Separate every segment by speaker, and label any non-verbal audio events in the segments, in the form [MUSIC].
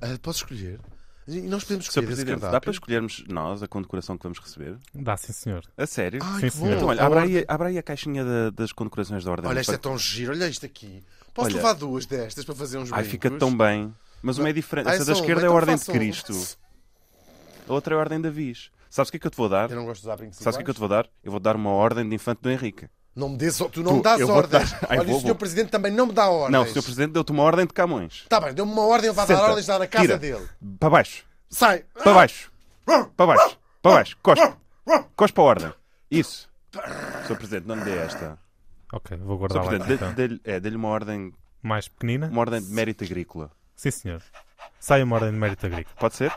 Speaker 1: Ah, posso escolher? E nós podemos
Speaker 2: Sr.
Speaker 1: escolher esse
Speaker 2: Presidente,
Speaker 1: cardápio?
Speaker 2: dá para escolhermos nós a condecoração que vamos receber?
Speaker 3: Dá sim, senhor.
Speaker 2: A sério?
Speaker 1: Ai,
Speaker 3: Sim,
Speaker 1: que bom.
Speaker 3: senhor.
Speaker 2: Então, olha,
Speaker 1: A
Speaker 2: abra
Speaker 1: ordem-
Speaker 2: aí, abra aí a caixinha da- das condecorações da ordem.
Speaker 1: Olha, esta é tão giro, olha isto aqui. Posso
Speaker 2: Olha.
Speaker 1: levar duas destas para fazer uns
Speaker 2: Ai,
Speaker 1: brincos?
Speaker 2: fica tão bem. Mas uma é diferente.
Speaker 1: Ai,
Speaker 2: Essa
Speaker 1: só
Speaker 2: da
Speaker 1: uma,
Speaker 2: esquerda é a
Speaker 1: então
Speaker 2: ordem de
Speaker 1: façam uma.
Speaker 2: Cristo. A outra é a ordem da Viz. Sabes o que é que eu te vou dar?
Speaker 1: Eu não gosto de usar brincos
Speaker 2: Sabes o que é que eu
Speaker 1: iguais.
Speaker 2: te vou dar? Eu vou dar uma ordem de infante do Henrique.
Speaker 1: Não me dês, tu não
Speaker 2: Tu,
Speaker 1: me dás
Speaker 2: eu vou-te
Speaker 1: ordens.
Speaker 2: dar- Ai,
Speaker 1: Olha,
Speaker 2: vou,
Speaker 1: o senhor
Speaker 2: vou.
Speaker 1: Presidente também não me dá ordens.
Speaker 2: Não, o Sr. Presidente deu-te uma ordem de Camões.
Speaker 1: Tá bem, deu-me uma ordem, eu vou é dar
Speaker 2: Senta.
Speaker 1: ordens lá na casa
Speaker 2: Tira.
Speaker 1: dele. Ah.
Speaker 2: Para baixo.
Speaker 1: Sai.
Speaker 2: Para baixo. Para baixo. Para baixo. Cospe. Cospe a ordem. Isso. Sr. Presidente, não me dê esta.
Speaker 3: Ok, vou
Speaker 2: Sr.
Speaker 3: guardar lá.
Speaker 2: Presidente,
Speaker 3: então.
Speaker 2: dê- dê-lhe é, dê-lhe uma ordem,
Speaker 3: Mais pequenina?
Speaker 2: uma ordem de mérito agrícola.
Speaker 3: Sim, senhor. Sai uma ordem de mérito agrícola.
Speaker 2: Pode ser?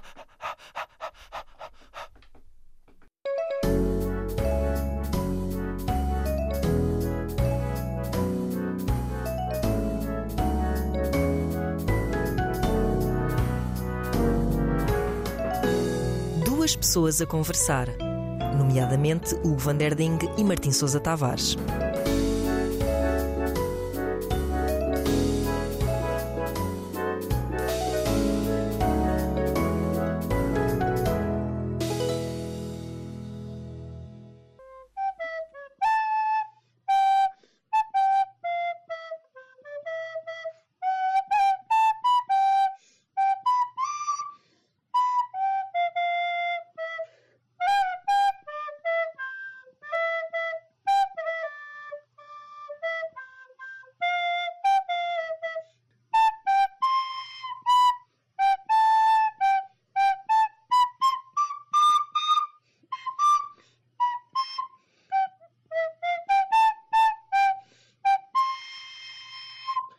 Speaker 4: Duas pessoas a conversar, nomeadamente Hugo van der Ding e Martim Sousa Tavares.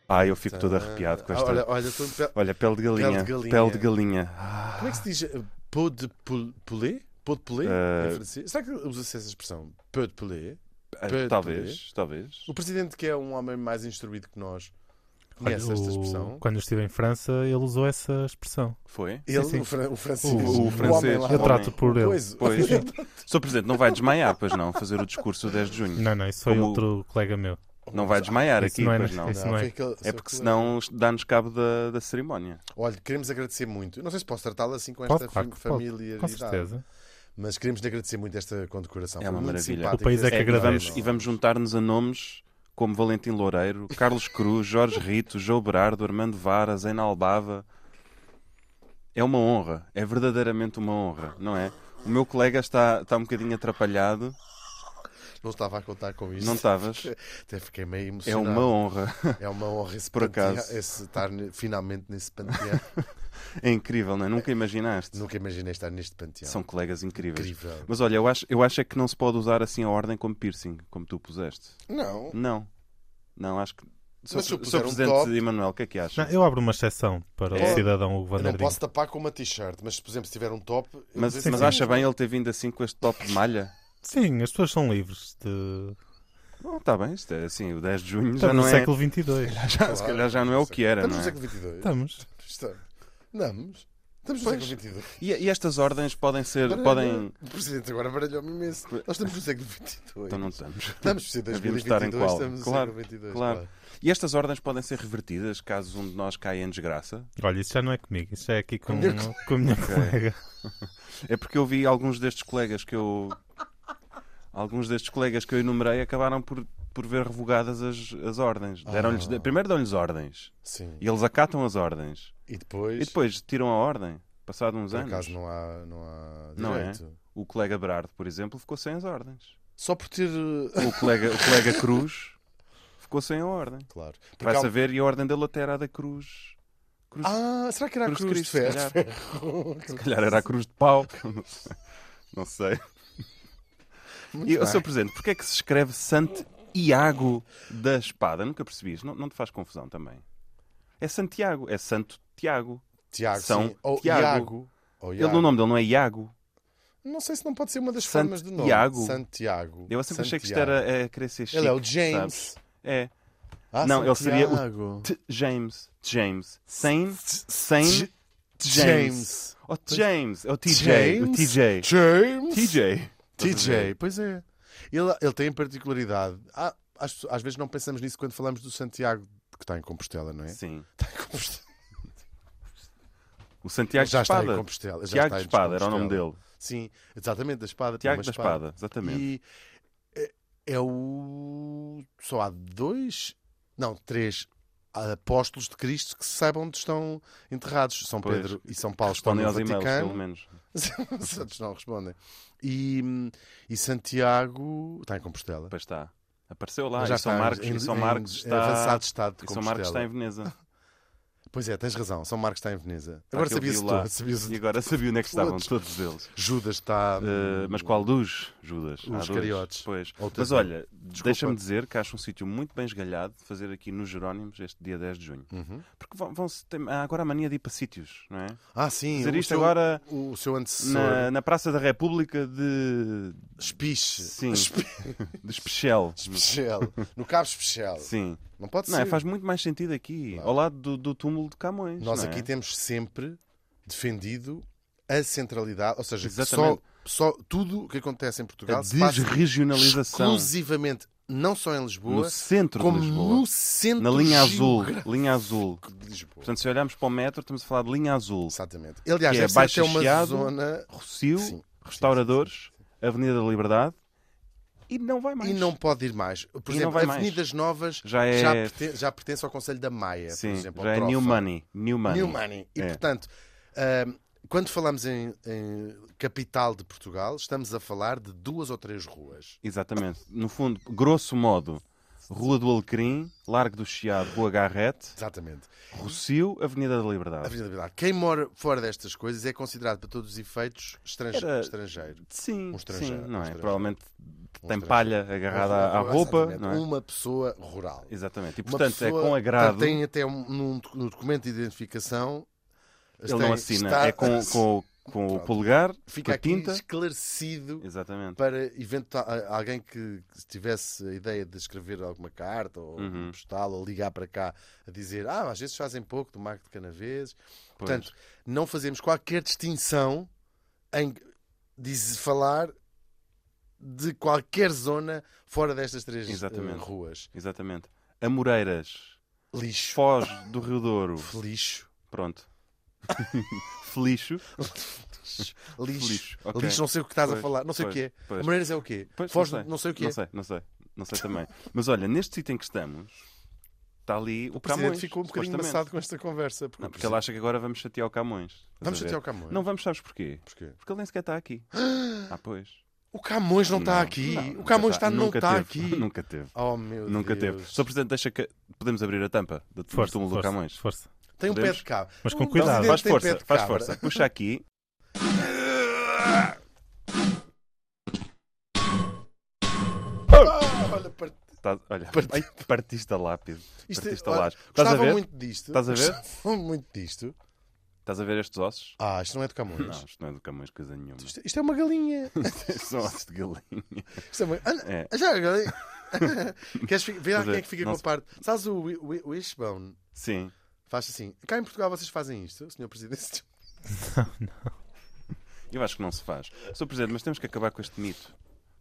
Speaker 2: Ai, Ah, eu fico todo arrepiado com esta.
Speaker 1: Ah, Olha,
Speaker 2: Olha,
Speaker 1: olha, estou em pé-
Speaker 2: pele de galinha.
Speaker 1: de galinha.
Speaker 2: Pele de galinha. Ah,
Speaker 1: Como é que se diz? eh, Peau de poul- poulet? Peau de poulet?
Speaker 2: Eh,
Speaker 1: Em francês? Será que usa-se essa expressão? Peau de poulet? Pé de
Speaker 2: talvez, talvez.
Speaker 1: O Presidente, que é um homem mais instruído que nós,
Speaker 3: Olha,
Speaker 1: conhece esta
Speaker 3: o-
Speaker 1: expressão?
Speaker 3: Quando eu estive em França, ele usou essa expressão.
Speaker 2: Foi?
Speaker 1: Ele,
Speaker 3: sim.
Speaker 1: O, fran- o francês.
Speaker 3: O- o
Speaker 1: homem
Speaker 2: francês.
Speaker 1: lá-
Speaker 2: Eu
Speaker 3: Eu
Speaker 2: Homem.
Speaker 3: trato por ele.
Speaker 1: Pois, [LAUGHS]
Speaker 2: Pois. Sr. Presidente, não vai desmaiar, pois não, fazer o discurso 10 de junho.
Speaker 3: Não, não, isso foi
Speaker 2: Como-
Speaker 3: outro colega meu.
Speaker 2: Não vai desmaiar
Speaker 3: Isso
Speaker 2: aqui,
Speaker 3: não é
Speaker 2: pois
Speaker 3: na-
Speaker 2: não.
Speaker 3: isso não é.
Speaker 1: foi aquele-
Speaker 2: É porque
Speaker 1: só-
Speaker 2: senão dá-nos cabo da, da cerimónia.
Speaker 1: Olha, queremos agradecer muito. Eu Não sei se posso tratá-la assim com
Speaker 3: Pode,
Speaker 1: esta
Speaker 3: claro
Speaker 1: fam-
Speaker 3: que pode.
Speaker 1: familiaridade.
Speaker 3: Com certeza.
Speaker 1: Mas queremos lhe agradecer muito esta condecoração.
Speaker 2: É
Speaker 1: Foi
Speaker 2: uma
Speaker 1: muito
Speaker 2: maravilha.
Speaker 1: simpático
Speaker 3: O país é que
Speaker 1: desse-
Speaker 2: É, e
Speaker 3: agradável.
Speaker 2: vamos, e vamos juntar-nos a nomes como Valentim Loureiro, Carlos Cruz, Jorge Rito, João Berardo, Armando Varas, Einaldava. É uma honra, é verdadeiramente uma honra, não é? O meu colega está, está um bocadinho atrapalhado,
Speaker 1: Não estava a contar com isto.
Speaker 3: é
Speaker 2: não estavas?
Speaker 1: Até fiquei meio
Speaker 2: É
Speaker 1: emocionado.
Speaker 2: uma honra,
Speaker 1: É uma honra esse
Speaker 2: Por
Speaker 1: panteão-
Speaker 2: acaso.
Speaker 1: esse estar ne- finalmente nesse
Speaker 2: [LAUGHS]
Speaker 1: panteão.
Speaker 2: é incrível, não é? Nunca imaginaste.
Speaker 1: Nunca imaginei estar neste panteão.
Speaker 2: São colegas incríveis.
Speaker 1: Incrível.
Speaker 2: Mas olha, eu acho, eu acho é que não se pode usar assim a ordem como piercing, como tu puseste.
Speaker 1: Não.
Speaker 2: Não. Não, acho que.
Speaker 1: Mas se eu
Speaker 2: Sr.
Speaker 1: puser um
Speaker 2: Presidente
Speaker 1: top-
Speaker 2: Emanuel, o que é que
Speaker 3: Não,
Speaker 2: acha?
Speaker 3: eu abro uma exceção para
Speaker 2: É.
Speaker 3: o cidadão Hugo van
Speaker 1: Eu não
Speaker 3: der Ding.
Speaker 1: posso tapar com uma t-shirt, mas por exemplo, se tiver um top. eu
Speaker 2: Mas,
Speaker 1: vou dizer
Speaker 2: mas
Speaker 1: sim.
Speaker 2: acha bem ele ter vindo assim com este top de malha?
Speaker 3: Sim, as pessoas são livres de.
Speaker 2: Não, está bem, isto é assim, o 10 de junho já
Speaker 3: Estamos no
Speaker 2: não é.
Speaker 3: século XXII.
Speaker 2: [LAUGHS] Já, se calhar já não é o que era,
Speaker 1: Estamos
Speaker 2: não
Speaker 1: no
Speaker 2: é?
Speaker 1: século XXII.
Speaker 3: Estamos.
Speaker 1: Estamos. Estamos. Estamos no século XXII.
Speaker 2: E, e estas ordens podem ser.
Speaker 1: Baralha-
Speaker 2: podem.
Speaker 1: O Presidente agora baralhou-me imenso. Nós estamos no século XXII.
Speaker 2: Então não estamos.
Speaker 1: Estamos por ser
Speaker 2: Havíamos de estar em
Speaker 1: 2022,
Speaker 2: qual?
Speaker 1: estamos no
Speaker 2: Claro,
Speaker 1: século XXII.
Speaker 2: claro. E estas ordens podem ser revertidas caso um de nós caia em desgraça?
Speaker 3: Olha, isso já não é comigo, isso já é aqui com,
Speaker 1: minha
Speaker 3: com a minha colega.
Speaker 2: É porque eu vi alguns destes colegas que eu. Alguns destes colegas que eu enumerei acabaram por, por ver revogadas as, as ordens.
Speaker 1: Ah.
Speaker 2: Deram-lhes, de- Primeiro dão-lhes ordens.
Speaker 1: Sim.
Speaker 2: E eles acatam as ordens.
Speaker 1: E depois,
Speaker 2: E depois tiram a ordem. Passado uns
Speaker 1: por
Speaker 2: anos,
Speaker 1: acaso, não há, não há
Speaker 2: Não é?
Speaker 1: direito.
Speaker 2: o colega Berardo, por exemplo, ficou sem as ordens.
Speaker 1: Só por ter. uh,
Speaker 2: O colega, o colega Cruz ficou sem a ordem.
Speaker 1: Claro. Porque
Speaker 2: Vai
Speaker 1: há- um-
Speaker 2: saber, e a ordem dele até era a da Cruz. Cruz
Speaker 1: Ah, será que era a
Speaker 2: Cruz de
Speaker 1: cruz de
Speaker 2: Cristo, se
Speaker 1: ferro? [LAUGHS]
Speaker 2: calhar. se calhar era a Cruz de Pau. Não sei. Não sei. E, ó, Sr. Presidente, porquê é que se escreve Santo Iago da Espada? Nunca percebi isto. Não, não te faz confusão também. É Santiago, é Santo Tiago.
Speaker 1: Tiago,
Speaker 2: São
Speaker 1: Ah, sim. Ou
Speaker 2: Tiago.
Speaker 1: Iago. Ou
Speaker 2: Ele,
Speaker 1: Iago.
Speaker 2: o nome dele não é Iago.
Speaker 1: Não sei se não pode ser uma das
Speaker 2: Sant-
Speaker 1: formas do nome.
Speaker 2: Iago.
Speaker 1: Santiago.
Speaker 2: Eu sempre achei que isto
Speaker 1: Santiago.
Speaker 2: era é, querer ser chique,
Speaker 1: Ele é o James.
Speaker 2: sabes? É.
Speaker 1: Ah,
Speaker 2: Não, ele seria o
Speaker 1: Santiago.
Speaker 2: T James. James. Sem. Sem.
Speaker 1: J-
Speaker 2: James. O T James. É o TJ. O TJ.
Speaker 1: James.
Speaker 2: TJ.
Speaker 1: TJ, pois é. Ele, ele tem a particularidade. há- às, às vezes não pensamos nisso quando falamos do Santiago que está em Compostela, não é?
Speaker 2: Sim.
Speaker 1: Está em Compostela.
Speaker 2: O Santiago
Speaker 1: já
Speaker 2: de
Speaker 1: está
Speaker 2: Espada.
Speaker 1: em Compostela. Já
Speaker 2: Tiago
Speaker 1: está
Speaker 2: de
Speaker 1: em
Speaker 2: Espada era o nome
Speaker 1: Compostela.
Speaker 2: dele.
Speaker 1: Sim, exatamente, da espada. tinha
Speaker 2: Tiago
Speaker 1: uma
Speaker 2: da Espada, exatamente.
Speaker 1: E é, é o. Só há dois, não, três apóstolos de Cristo que se saibam onde estão enterrados. São
Speaker 2: Pois,
Speaker 1: Pedro e São Paulo estão
Speaker 2: Respondem
Speaker 1: no
Speaker 2: aos e-mails, pelo
Speaker 1: [LAUGHS] Vaticano.
Speaker 2: menos.
Speaker 1: Os outros não respondem. E, e Santiago está em Compostela.
Speaker 2: Pois está. Apareceu lá.
Speaker 1: Mas
Speaker 2: e São
Speaker 1: está
Speaker 2: Marcos,
Speaker 1: em-
Speaker 2: e São
Speaker 1: em
Speaker 2: Marcos está...
Speaker 1: avançado estado de
Speaker 2: e São Marcos está
Speaker 1: Compostela.
Speaker 2: em Veneza.
Speaker 1: Pois é, tens razão. São Marcos está em Veneza. Agora
Speaker 2: que eu
Speaker 1: sabia-se
Speaker 2: vi lá.
Speaker 1: todo. sabia-se
Speaker 2: E
Speaker 1: tudo.
Speaker 2: agora [LAUGHS] sabia onde é que estavam
Speaker 1: Todos.
Speaker 2: todos eles.
Speaker 1: Judas está.
Speaker 2: Eh, mas qual dos Judas?
Speaker 1: Os
Speaker 2: Há dois.
Speaker 1: cariotes.
Speaker 2: Pois.
Speaker 1: Outra
Speaker 2: Mas
Speaker 1: vez.
Speaker 2: olha, deixa-me dizer que acho um sítio muito bem esgalhado de fazer aqui nos Jerónimos este dia 10 de junho.
Speaker 1: Uhum.
Speaker 2: Porque vão, vão-se ter- há agora a mania de ir para sítios, não é?
Speaker 1: Ah, sim.
Speaker 2: Dizer
Speaker 1: o
Speaker 2: isto
Speaker 1: seu-
Speaker 2: agora
Speaker 1: O seu antecessor.
Speaker 2: na, na Praça da República de,
Speaker 1: Espiche.
Speaker 2: Sim.
Speaker 1: Espe-
Speaker 2: de Espechel.
Speaker 1: Especial. No Cabo Especial.
Speaker 2: Sim.
Speaker 1: Não pode
Speaker 2: Não,
Speaker 1: ser.
Speaker 2: é, faz muito mais sentido aqui, ao lado do, do túmulo de Camões.
Speaker 1: Nós
Speaker 2: não é?
Speaker 1: aqui temos sempre defendido a centralidade, ou seja, que só,
Speaker 2: Exatamente.
Speaker 1: só tudo o que acontece em Portugal
Speaker 2: a
Speaker 1: se passa
Speaker 2: desregionalização
Speaker 1: exclusivamente não só em Lisboa,
Speaker 2: no centro
Speaker 1: como
Speaker 2: de Lisboa,
Speaker 1: no centro
Speaker 2: na linha azul,
Speaker 1: geográfico
Speaker 2: linha azul.
Speaker 1: de Lisboa.
Speaker 2: Portanto, se olharmos para o metro, estamos a falar de linha azul.
Speaker 1: Exatamente. Aliás,
Speaker 2: Que é
Speaker 1: essa
Speaker 2: Baixo
Speaker 1: é uma
Speaker 2: Chiado,
Speaker 1: zona
Speaker 2: Rossio,
Speaker 1: Sim, sim,
Speaker 2: Restauradores, Avenida da Liberdade e não vai mais.
Speaker 1: e não pode ir mais. Por
Speaker 2: E não
Speaker 1: exemplo,
Speaker 2: vai mais.
Speaker 1: Avenidas Novas
Speaker 2: Já é-
Speaker 1: já, pertence, já pertence ao Conselho da Maia,
Speaker 2: Sim,
Speaker 1: por exemplo. ao
Speaker 2: já é
Speaker 1: Trofa.
Speaker 2: new money, new money.
Speaker 1: New money. E
Speaker 2: É.
Speaker 1: portanto, ahm, quando falamos em, em capital de Portugal, estamos a falar de duas ou três ruas.
Speaker 2: Exatamente. No fundo, grosso modo, Rua do Alecrim, Largo do Chiado, Rua Garrete,
Speaker 1: Exatamente.
Speaker 2: Rossio, Avenida da Liberdade.
Speaker 1: Avenida Bilal. Quem mora fora destas coisas é considerado, para todos os efeitos, estrange-
Speaker 2: Era-
Speaker 1: estrangeiro.
Speaker 2: Sim,
Speaker 1: Um estrangeiro,
Speaker 2: sim,
Speaker 1: um
Speaker 2: não é?
Speaker 1: estrangeiro.
Speaker 2: Provavelmente tem
Speaker 1: estrangeiro.
Speaker 2: palha agarrada à à roupa,
Speaker 1: Exatamente.
Speaker 2: não é?
Speaker 1: Uma pessoa rural.
Speaker 2: Exatamente. E
Speaker 1: Uma
Speaker 2: portanto é
Speaker 1: pessoa-
Speaker 2: com agrado.
Speaker 1: Tem até um, num docu- no documento de identificação.
Speaker 2: Ele
Speaker 1: tem-
Speaker 2: não assina,
Speaker 1: está-
Speaker 2: é com, com, com o
Speaker 1: Pronto.
Speaker 2: polegar,
Speaker 1: Fica
Speaker 2: com a
Speaker 1: aqui
Speaker 2: tinta.
Speaker 1: esclarecido
Speaker 2: Exatamente.
Speaker 1: para eventual, a- alguém que que tivesse a ideia de escrever alguma carta ou
Speaker 2: Uhum.
Speaker 1: um postal ou ligar para cá a dizer ah, às vezes fazem pouco do Marco de Canaveses.
Speaker 2: Pois.
Speaker 1: Portanto, não fazemos qualquer distinção em diz, falar de qualquer zona fora destas três eh,
Speaker 2: Exatamente.
Speaker 1: ruas.
Speaker 2: Exatamente. Amoreiras,
Speaker 1: Lixo.
Speaker 2: Foz do Rio Douro. [LAUGHS]
Speaker 1: Lixo.
Speaker 2: Pronto. Felixo.
Speaker 1: Lixo.
Speaker 2: Lixo. ok.
Speaker 1: Lixo, não sei o que estás a
Speaker 2: Pois,
Speaker 1: falar. Não sei
Speaker 2: pois,
Speaker 1: o que é.
Speaker 2: pois.
Speaker 1: Amoreiras é o quê?
Speaker 2: Pois,
Speaker 1: Foz, não sei, o que é.
Speaker 2: Não sei, não sei. Não sei também. Mas olha, neste sítio em que estamos, está ali o
Speaker 1: O presidente
Speaker 2: Camões.
Speaker 1: ficou um bocadinho
Speaker 2: supostamente.
Speaker 1: amassado com esta conversa. Porque,
Speaker 2: Não, porque ele acha que agora vamos chatear o Camões. Estás a
Speaker 1: Vamos
Speaker 2: ver?
Speaker 1: chatear o Camões.
Speaker 2: Não vamos, sabes porquê?
Speaker 1: Porquê?
Speaker 2: Porque ele nem sequer
Speaker 1: [GASPS]
Speaker 2: está aqui. Ah, pois.
Speaker 1: O Camões não está
Speaker 2: Não,
Speaker 1: aqui.
Speaker 2: não,
Speaker 1: o
Speaker 2: nunca
Speaker 1: Camões
Speaker 2: tá-
Speaker 1: está, não
Speaker 2: nunca
Speaker 1: está
Speaker 2: teve.
Speaker 1: aqui.
Speaker 2: [LAUGHS] Nunca teve.
Speaker 1: Oh meu
Speaker 2: Nunca teve.
Speaker 1: Deus.
Speaker 2: Só Presidente, deixa que. Podemos abrir a tampa do do
Speaker 3: Força,
Speaker 2: túmulo do
Speaker 3: força,
Speaker 2: Camões.
Speaker 3: força.
Speaker 1: Tem um pé
Speaker 2: Podemos?
Speaker 1: de cabra.
Speaker 3: Mas com
Speaker 1: O
Speaker 3: cuidado.
Speaker 1: presidente
Speaker 2: Faz
Speaker 1: tem um
Speaker 2: força,
Speaker 1: pé de
Speaker 2: faz
Speaker 1: cabra.
Speaker 2: força. Puxa aqui.
Speaker 1: Ah, [LAUGHS] olha, part-
Speaker 2: Tá-
Speaker 1: [LAUGHS]
Speaker 2: olha,
Speaker 1: Parti-
Speaker 2: ai, partiste a lápide.
Speaker 1: isto é-
Speaker 2: partiste a
Speaker 1: olha,
Speaker 2: laje. Estás a
Speaker 1: Gostava
Speaker 2: ver?
Speaker 1: muito disto.
Speaker 2: Estás a ver?
Speaker 1: Gostava muito disto.
Speaker 2: Estás a ver estes ossos?
Speaker 1: Ah, isto não é de Camões.
Speaker 2: Não, isto não é do Camões, coisa nenhuma.
Speaker 1: Isto, é isto é uma
Speaker 2: [LAUGHS]
Speaker 1: galinha.
Speaker 2: São ossos de galinha.
Speaker 1: Isto é uma... Olha,
Speaker 2: É.
Speaker 1: Já, a galinha.
Speaker 2: [LAUGHS]
Speaker 1: Queres fi- ver lá
Speaker 2: Mas
Speaker 1: quem
Speaker 2: é,
Speaker 1: é que fica
Speaker 2: não
Speaker 1: com a
Speaker 2: se-
Speaker 1: parte? Sabes o wi- wi- Wishbone?
Speaker 2: Sim.
Speaker 1: Faz assim. Cá em Portugal vocês fazem isto, senhor presidente. [LAUGHS]
Speaker 2: Eu acho que não se faz. Sr. Presidente, mas temos que acabar com este mito.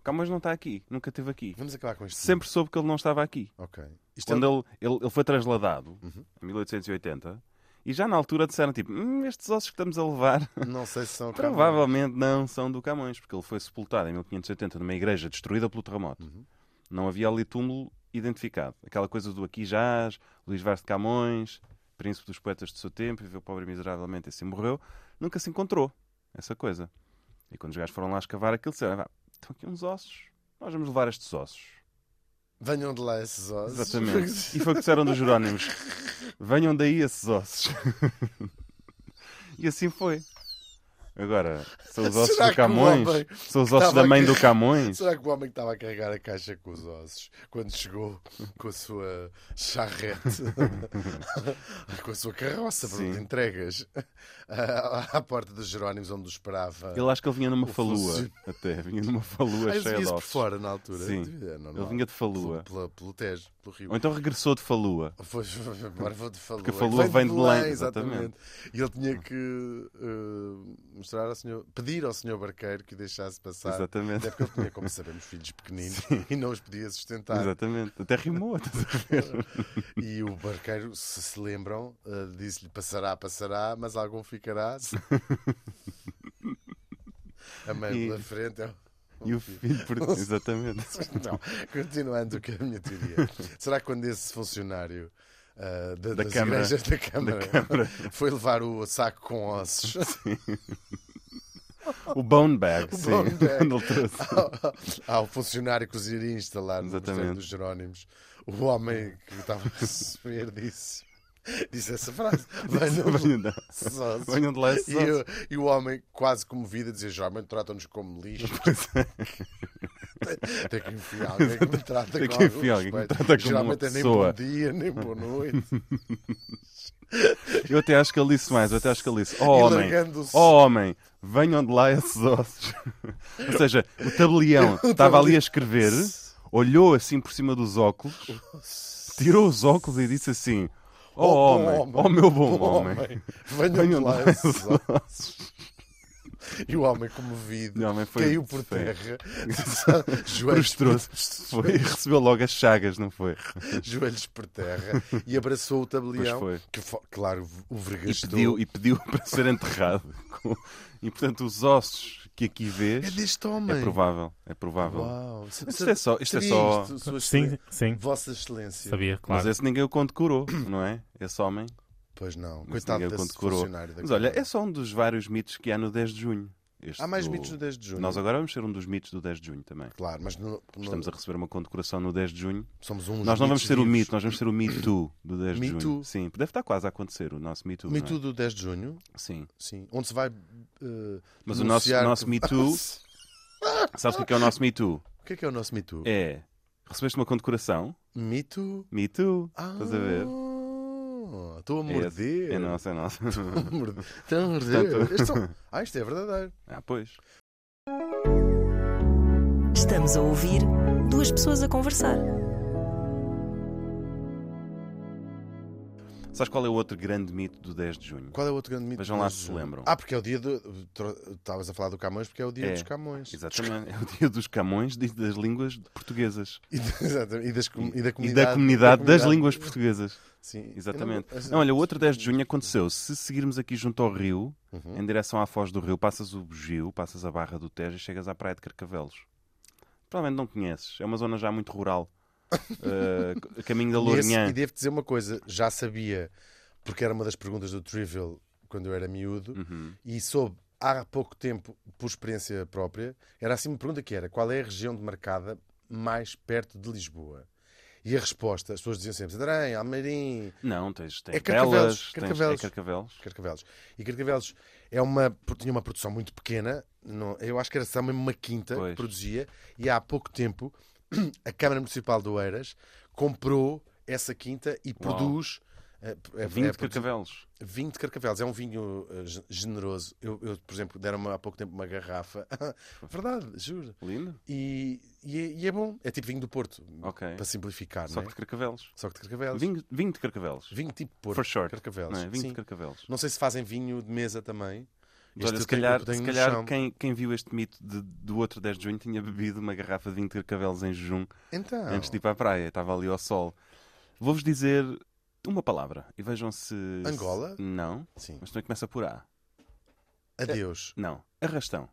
Speaker 2: Camões não está aqui, nunca esteve aqui.
Speaker 1: Vamos acabar com isto.
Speaker 2: Sempre soube que ele não estava aqui.
Speaker 1: Ok. Isto é
Speaker 2: Quando ele, ele, ele foi trasladado, em 1880, e já na altura disseram tipo: "Hum, estes ossos que estamos a levar [LAUGHS]
Speaker 1: um, Não sei se são Camões.
Speaker 2: provavelmente não são do Camões, porque ele foi sepultado em 1580 numa igreja destruída pelo terremoto. Não havia ali túmulo identificado. Aquela coisa do aqui jaz, Luís Vaz de Camões, príncipe dos poetas do seu tempo, viveu pobre e miseravelmente e assim morreu. Nunca se encontrou essa coisa. E quando os gajos foram lá escavar aquilo, disseram: "Vá, estão aqui uns ossos, nós vamos levar estes ossos.
Speaker 1: Venham de lá esses ossos.
Speaker 2: Exatamente.
Speaker 1: [LAUGHS]
Speaker 2: E foi o que disseram dos Jerónimos: venham daí esses ossos. E assim foi. Agora, são os ossos
Speaker 1: Será
Speaker 2: do
Speaker 1: que o
Speaker 2: Camões?
Speaker 1: homem
Speaker 2: São os ossos
Speaker 1: estava
Speaker 2: da mãe do
Speaker 1: aqui-
Speaker 2: Camões?
Speaker 1: Será que o homem que estava a carregar a caixa com os ossos, quando chegou com a sua charrete, [LAUGHS] com a sua carroça para
Speaker 2: Sim.
Speaker 1: de entregas, à, à porta dos Jerónimos, onde o esperava.
Speaker 2: Ele acho que ele vinha numa
Speaker 1: O
Speaker 2: falua.
Speaker 1: Fúcio.
Speaker 2: Até, vinha numa falua
Speaker 1: Ah, ele
Speaker 2: cheia
Speaker 1: vinha-se
Speaker 2: de
Speaker 1: por
Speaker 2: ossos.
Speaker 1: fora na altura.
Speaker 2: Sim.
Speaker 1: É normal.
Speaker 2: Ele vinha de falua.
Speaker 1: Pelo, pela- pelo Tejo, pelo Rio.
Speaker 2: Ou
Speaker 1: [LAUGHS]
Speaker 2: então regressou de falua.
Speaker 1: Foi, foi- agora vou de falua.
Speaker 2: Porque a falua vem de Belém,
Speaker 1: exatamente. E ele tinha que eh, mostrar ao senhor, pedir ao senhor barqueiro que o deixasse passar.
Speaker 2: Exatamente.
Speaker 1: Até porque ele tinha, como sabemos,
Speaker 2: [LAUGHS]
Speaker 1: filhos pequeninos e não os podia sustentar.
Speaker 2: Exatamente. Até rimou.
Speaker 1: [LAUGHS]
Speaker 2: estás a ver?
Speaker 1: E o barqueiro, se se lembram, eh, disse-lhe passará, passará, mas algum ficará. A mãe
Speaker 2: E-
Speaker 1: pela frente.
Speaker 2: [LAUGHS]
Speaker 1: é um
Speaker 2: e o filho perdeu. Exatamente.
Speaker 1: Não, continuando com a minha teoria. Será que quando esse funcionário ah, da,
Speaker 2: Da
Speaker 1: das
Speaker 2: Câmara.
Speaker 1: igrejas da Câmara,
Speaker 2: Câmara.
Speaker 1: [LAUGHS] foi levar o saco com ossos
Speaker 2: [LAUGHS] O bone bag,
Speaker 1: O
Speaker 2: sim.
Speaker 1: bone bag.
Speaker 2: [LAUGHS] Quando ele
Speaker 1: [LAUGHS]
Speaker 2: trouxe.
Speaker 1: ao, ao funcionário cozinheirista lá no
Speaker 2: Exatamente.
Speaker 1: Mosteiro dos Jerónimos, o homem que estava a [LAUGHS] receber disse, disse essa frase. Venham
Speaker 2: Venham de-
Speaker 1: esses ossos."
Speaker 2: Venham de lá esses
Speaker 1: E,
Speaker 2: ossos.
Speaker 1: o- e o homem, quase comovido, dizia: Geralmente tratam-nos como
Speaker 2: [LAUGHS]
Speaker 1: lixo.
Speaker 2: é.
Speaker 1: Tem que enfiar alguém que me trata
Speaker 2: Tem
Speaker 1: com
Speaker 2: que
Speaker 1: algum
Speaker 2: enfiar alguém que me
Speaker 1: respeito.
Speaker 2: trata como
Speaker 1: Geralmente
Speaker 2: uma
Speaker 1: é nem
Speaker 2: pessoa.
Speaker 1: bom dia, nem boa noite.
Speaker 2: Eu até acho que ele disse mais, eu até acho que ele disse:
Speaker 1: E
Speaker 2: Oh homem,
Speaker 1: largando-se.
Speaker 2: oh homem, venham de lá esses ossos. [LAUGHS] Ou seja, [LAUGHS] o tabelião estava ali a escrever, olhou assim por cima dos óculos, tirou os óculos e disse assim:
Speaker 1: bom
Speaker 2: Oh, Tipo, homem, oh meu bom, homem,
Speaker 1: Venham de
Speaker 2: venham de
Speaker 1: lá
Speaker 2: lá
Speaker 1: esses
Speaker 2: esses ossos.
Speaker 1: E o homem comovido
Speaker 2: E o homem foi-
Speaker 1: caiu por
Speaker 2: foi-
Speaker 1: terra,
Speaker 2: [LAUGHS]
Speaker 1: joelhos, por-
Speaker 2: Prostrou-se,
Speaker 1: [LAUGHS]
Speaker 2: foi, [LAUGHS] recebeu logo as chagas, não foi?
Speaker 1: joelhos por terra e abraçou o tabelião,
Speaker 2: Pois foi.
Speaker 1: que fo- claro, o
Speaker 2: E
Speaker 1: vergastou.
Speaker 2: pediu, e pediu para ser enterrado. [LAUGHS] Com- E portanto, os ossos que aqui
Speaker 1: É
Speaker 2: vês,
Speaker 1: deste homem.
Speaker 2: é provável, é provável.
Speaker 1: Uau.
Speaker 2: Isto é só- isto é
Speaker 1: Sabia
Speaker 2: só-
Speaker 1: isto, Sua
Speaker 3: Sim,
Speaker 1: Excelência?
Speaker 3: sim.
Speaker 1: Vossa Excelência.
Speaker 3: Sabia,
Speaker 2: Mas
Speaker 3: claro.
Speaker 2: esse ninguém o condecorou, não é? Esse homem.
Speaker 1: Pois não,
Speaker 2: Mas
Speaker 1: coitado
Speaker 2: ninguém
Speaker 1: desse
Speaker 2: condecorou.
Speaker 1: funcionário da
Speaker 2: Mas olha,
Speaker 1: Câmara.
Speaker 2: é só um dos vários mitos que há no 10 de junho. Este
Speaker 1: Há mais
Speaker 2: do-
Speaker 1: mitos no 10 de junho.
Speaker 2: Nós agora vamos ser um dos mitos do 10 de junho também.
Speaker 1: Claro, mas no- no-
Speaker 2: Estamos a receber uma condecoração no 10 de junho.
Speaker 1: somos uns
Speaker 2: nós não vamos
Speaker 1: mitos
Speaker 2: ser o
Speaker 1: vivos.
Speaker 2: mito, nós vamos ser o Me Too do 10
Speaker 1: Me
Speaker 2: de junho.
Speaker 1: Too.
Speaker 2: Sim, deve estar quase a acontecer o nosso Me Too.
Speaker 1: Me
Speaker 2: não é?
Speaker 1: Too do 10 de junho,
Speaker 2: Sim.
Speaker 1: sim. Onde se vai. eh,
Speaker 2: Mas o nosso-
Speaker 1: denunciar
Speaker 2: nosso
Speaker 1: que- [LAUGHS]
Speaker 2: Me Too- Sabes o que é que é o nosso Me Too?
Speaker 1: o que é que é o nosso Me Too?
Speaker 2: É. Recebeste uma condecoração?
Speaker 1: Me Too?
Speaker 2: Me Too.
Speaker 1: Ah,
Speaker 2: É- Estás a ver?
Speaker 1: Estou a
Speaker 2: É esse.
Speaker 1: morder.
Speaker 2: É nosso, é nosso. [LAUGHS]
Speaker 1: Estou a [LAUGHS] morder. Estou a morder.
Speaker 2: Portanto-
Speaker 1: Isto são- Ah, isto é verdadeiro.
Speaker 2: ah, pois.
Speaker 4: Estamos a ouvir duas pessoas a conversar.
Speaker 2: Sabes qual é o outro grande mito do 10 de junho?
Speaker 1: Qual é o outro grande mito?
Speaker 2: Vejam
Speaker 1: do
Speaker 2: lá
Speaker 1: 10 de
Speaker 2: se se
Speaker 1: junho?
Speaker 2: lembram.
Speaker 1: Ah, porque é o dia do. tro- Estavas a falar do Camões porque é o dia
Speaker 2: É.
Speaker 1: dos Camões.
Speaker 2: Exatamente. É o dia dos camões e das línguas portuguesas.
Speaker 1: [LAUGHS] E, da- exatamente, e das com- e da
Speaker 2: E
Speaker 1: comunidade.
Speaker 2: da comunidade das
Speaker 1: comunidade.
Speaker 2: línguas portuguesas.
Speaker 1: Sim. Eu não-
Speaker 2: Exatamente.
Speaker 1: as-
Speaker 2: Não, olha, o outro 10 de junho é aconteceu. Se seguirmos aqui junto ao rio,
Speaker 1: Uhum.
Speaker 2: em direção à foz do rio, passas o Bugio, passas a Barra do Tejo e chegas à Praia de Carcavelos. Provavelmente não conheces. É uma zona já
Speaker 1: [LAUGHS]
Speaker 2: muito rural. Uh, caminho da
Speaker 1: E esse-
Speaker 2: Lourinhã.
Speaker 1: E devo dizer uma coisa, já sabia, porque era uma das perguntas do Trivial quando eu era miúdo,
Speaker 2: Uhum.
Speaker 1: e soube há pouco tempo, por experiência própria, era assim uma pergunta que era, qual é a região demarcada mais perto de Lisboa? E a resposta, as pessoas diziam sempre, Santarém, Almeirim,
Speaker 2: Não, tens, tens
Speaker 1: É Carcavelos,
Speaker 2: Belas, tens-
Speaker 1: Carcavelos.
Speaker 2: é Carcavelos.
Speaker 1: Carcavelos. E Carcavelos é uma, tinha uma produção muito pequena, não- eu acho que era só mesmo uma quinta
Speaker 2: Pois.
Speaker 1: que produzia, e há pouco tempo [CLEARS THROAT] a Câmara Municipal de Oeiras comprou essa quinta e produz... eh, é- é
Speaker 2: 20
Speaker 1: produ-
Speaker 2: Carcavelos.
Speaker 1: Vinho de Carcavelos é um vinho eh, ge- generoso. Eu, eu, por exemplo, deram-me há pouco tempo uma garrafa. [LAUGHS] Verdade, juro.
Speaker 2: Lindo?
Speaker 1: E, e, é, e é bom. É tipo vinho do Porto.
Speaker 2: Ok.
Speaker 1: Para simplificar,
Speaker 2: Só
Speaker 1: não
Speaker 2: que
Speaker 1: é?
Speaker 2: de Carcavelos.
Speaker 1: Só que de Carcavelos. Vinho,
Speaker 2: Vinho, vinho de Carcavelos.
Speaker 1: tipo Porto.
Speaker 2: For short.
Speaker 1: Carcavelos.
Speaker 2: Não é? Vinho
Speaker 1: Sim.
Speaker 2: de Carcavelos.
Speaker 1: Não sei se fazem vinho de mesa também.
Speaker 2: Mas
Speaker 1: Este
Speaker 2: olha,
Speaker 1: eu
Speaker 2: se
Speaker 1: tenho-
Speaker 2: calhar,
Speaker 1: eu tenho
Speaker 2: se
Speaker 1: no
Speaker 2: calhar
Speaker 1: chão.
Speaker 2: quem, quem viu este mito de- do outro 10 de junho tinha bebido uma garrafa de vinho de carcavelos em jejum
Speaker 1: Então.
Speaker 2: antes de ir para a praia, estava ali ao sol. Vou-vos dizer uma palavra e vejam se.
Speaker 1: Angola?
Speaker 2: se- Não,
Speaker 1: Sim.
Speaker 2: mas também começa por A.
Speaker 1: Adeus.
Speaker 2: Não, arrastão.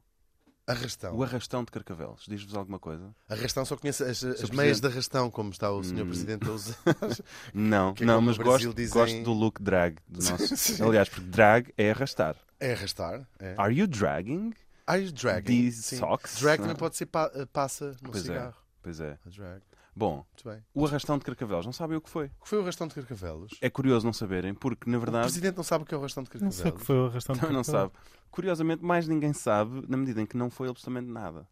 Speaker 1: Arrastão.
Speaker 2: O arrastão de carcavelos. Diz-vos alguma coisa?
Speaker 1: Arrastão só conheço as, as
Speaker 2: Presidente.
Speaker 1: meias de arrastão, como está o
Speaker 2: Hum.
Speaker 1: Sr. Presidente a
Speaker 2: [LAUGHS]
Speaker 1: usar.
Speaker 2: Não,
Speaker 1: que é
Speaker 2: não,
Speaker 1: como
Speaker 2: mas
Speaker 1: no Brasil
Speaker 2: gosto,
Speaker 1: dizem-
Speaker 2: gosto do look drag
Speaker 1: [LAUGHS]
Speaker 2: do
Speaker 1: Sim.
Speaker 2: nosso. Aliás, porque drag é arrastar.
Speaker 1: É arrastar. É.
Speaker 2: Are you dragging?
Speaker 1: Are you dragging?
Speaker 2: These socks?
Speaker 1: Drag
Speaker 2: Não.
Speaker 1: também pode ser pa- eh, passa no
Speaker 2: Pois é.
Speaker 1: cigarro.
Speaker 2: Pois é.
Speaker 1: A Drag.
Speaker 2: Bom,
Speaker 1: Muito bem.
Speaker 2: o arrastão de carcavelos, não sabem o que foi.
Speaker 1: O que foi o arrastão de Carcavelos?
Speaker 2: É curioso não saberem, porque na
Speaker 1: O
Speaker 2: verdade.
Speaker 1: presidente não sabe o que é o arrastão de
Speaker 3: Não
Speaker 1: Carcavelos.
Speaker 3: sei o que foi o arrastão de
Speaker 2: Também não
Speaker 3: caracol.
Speaker 2: sabe. Curiosamente, mais ninguém sabe, na medida em que não foi absolutamente nada.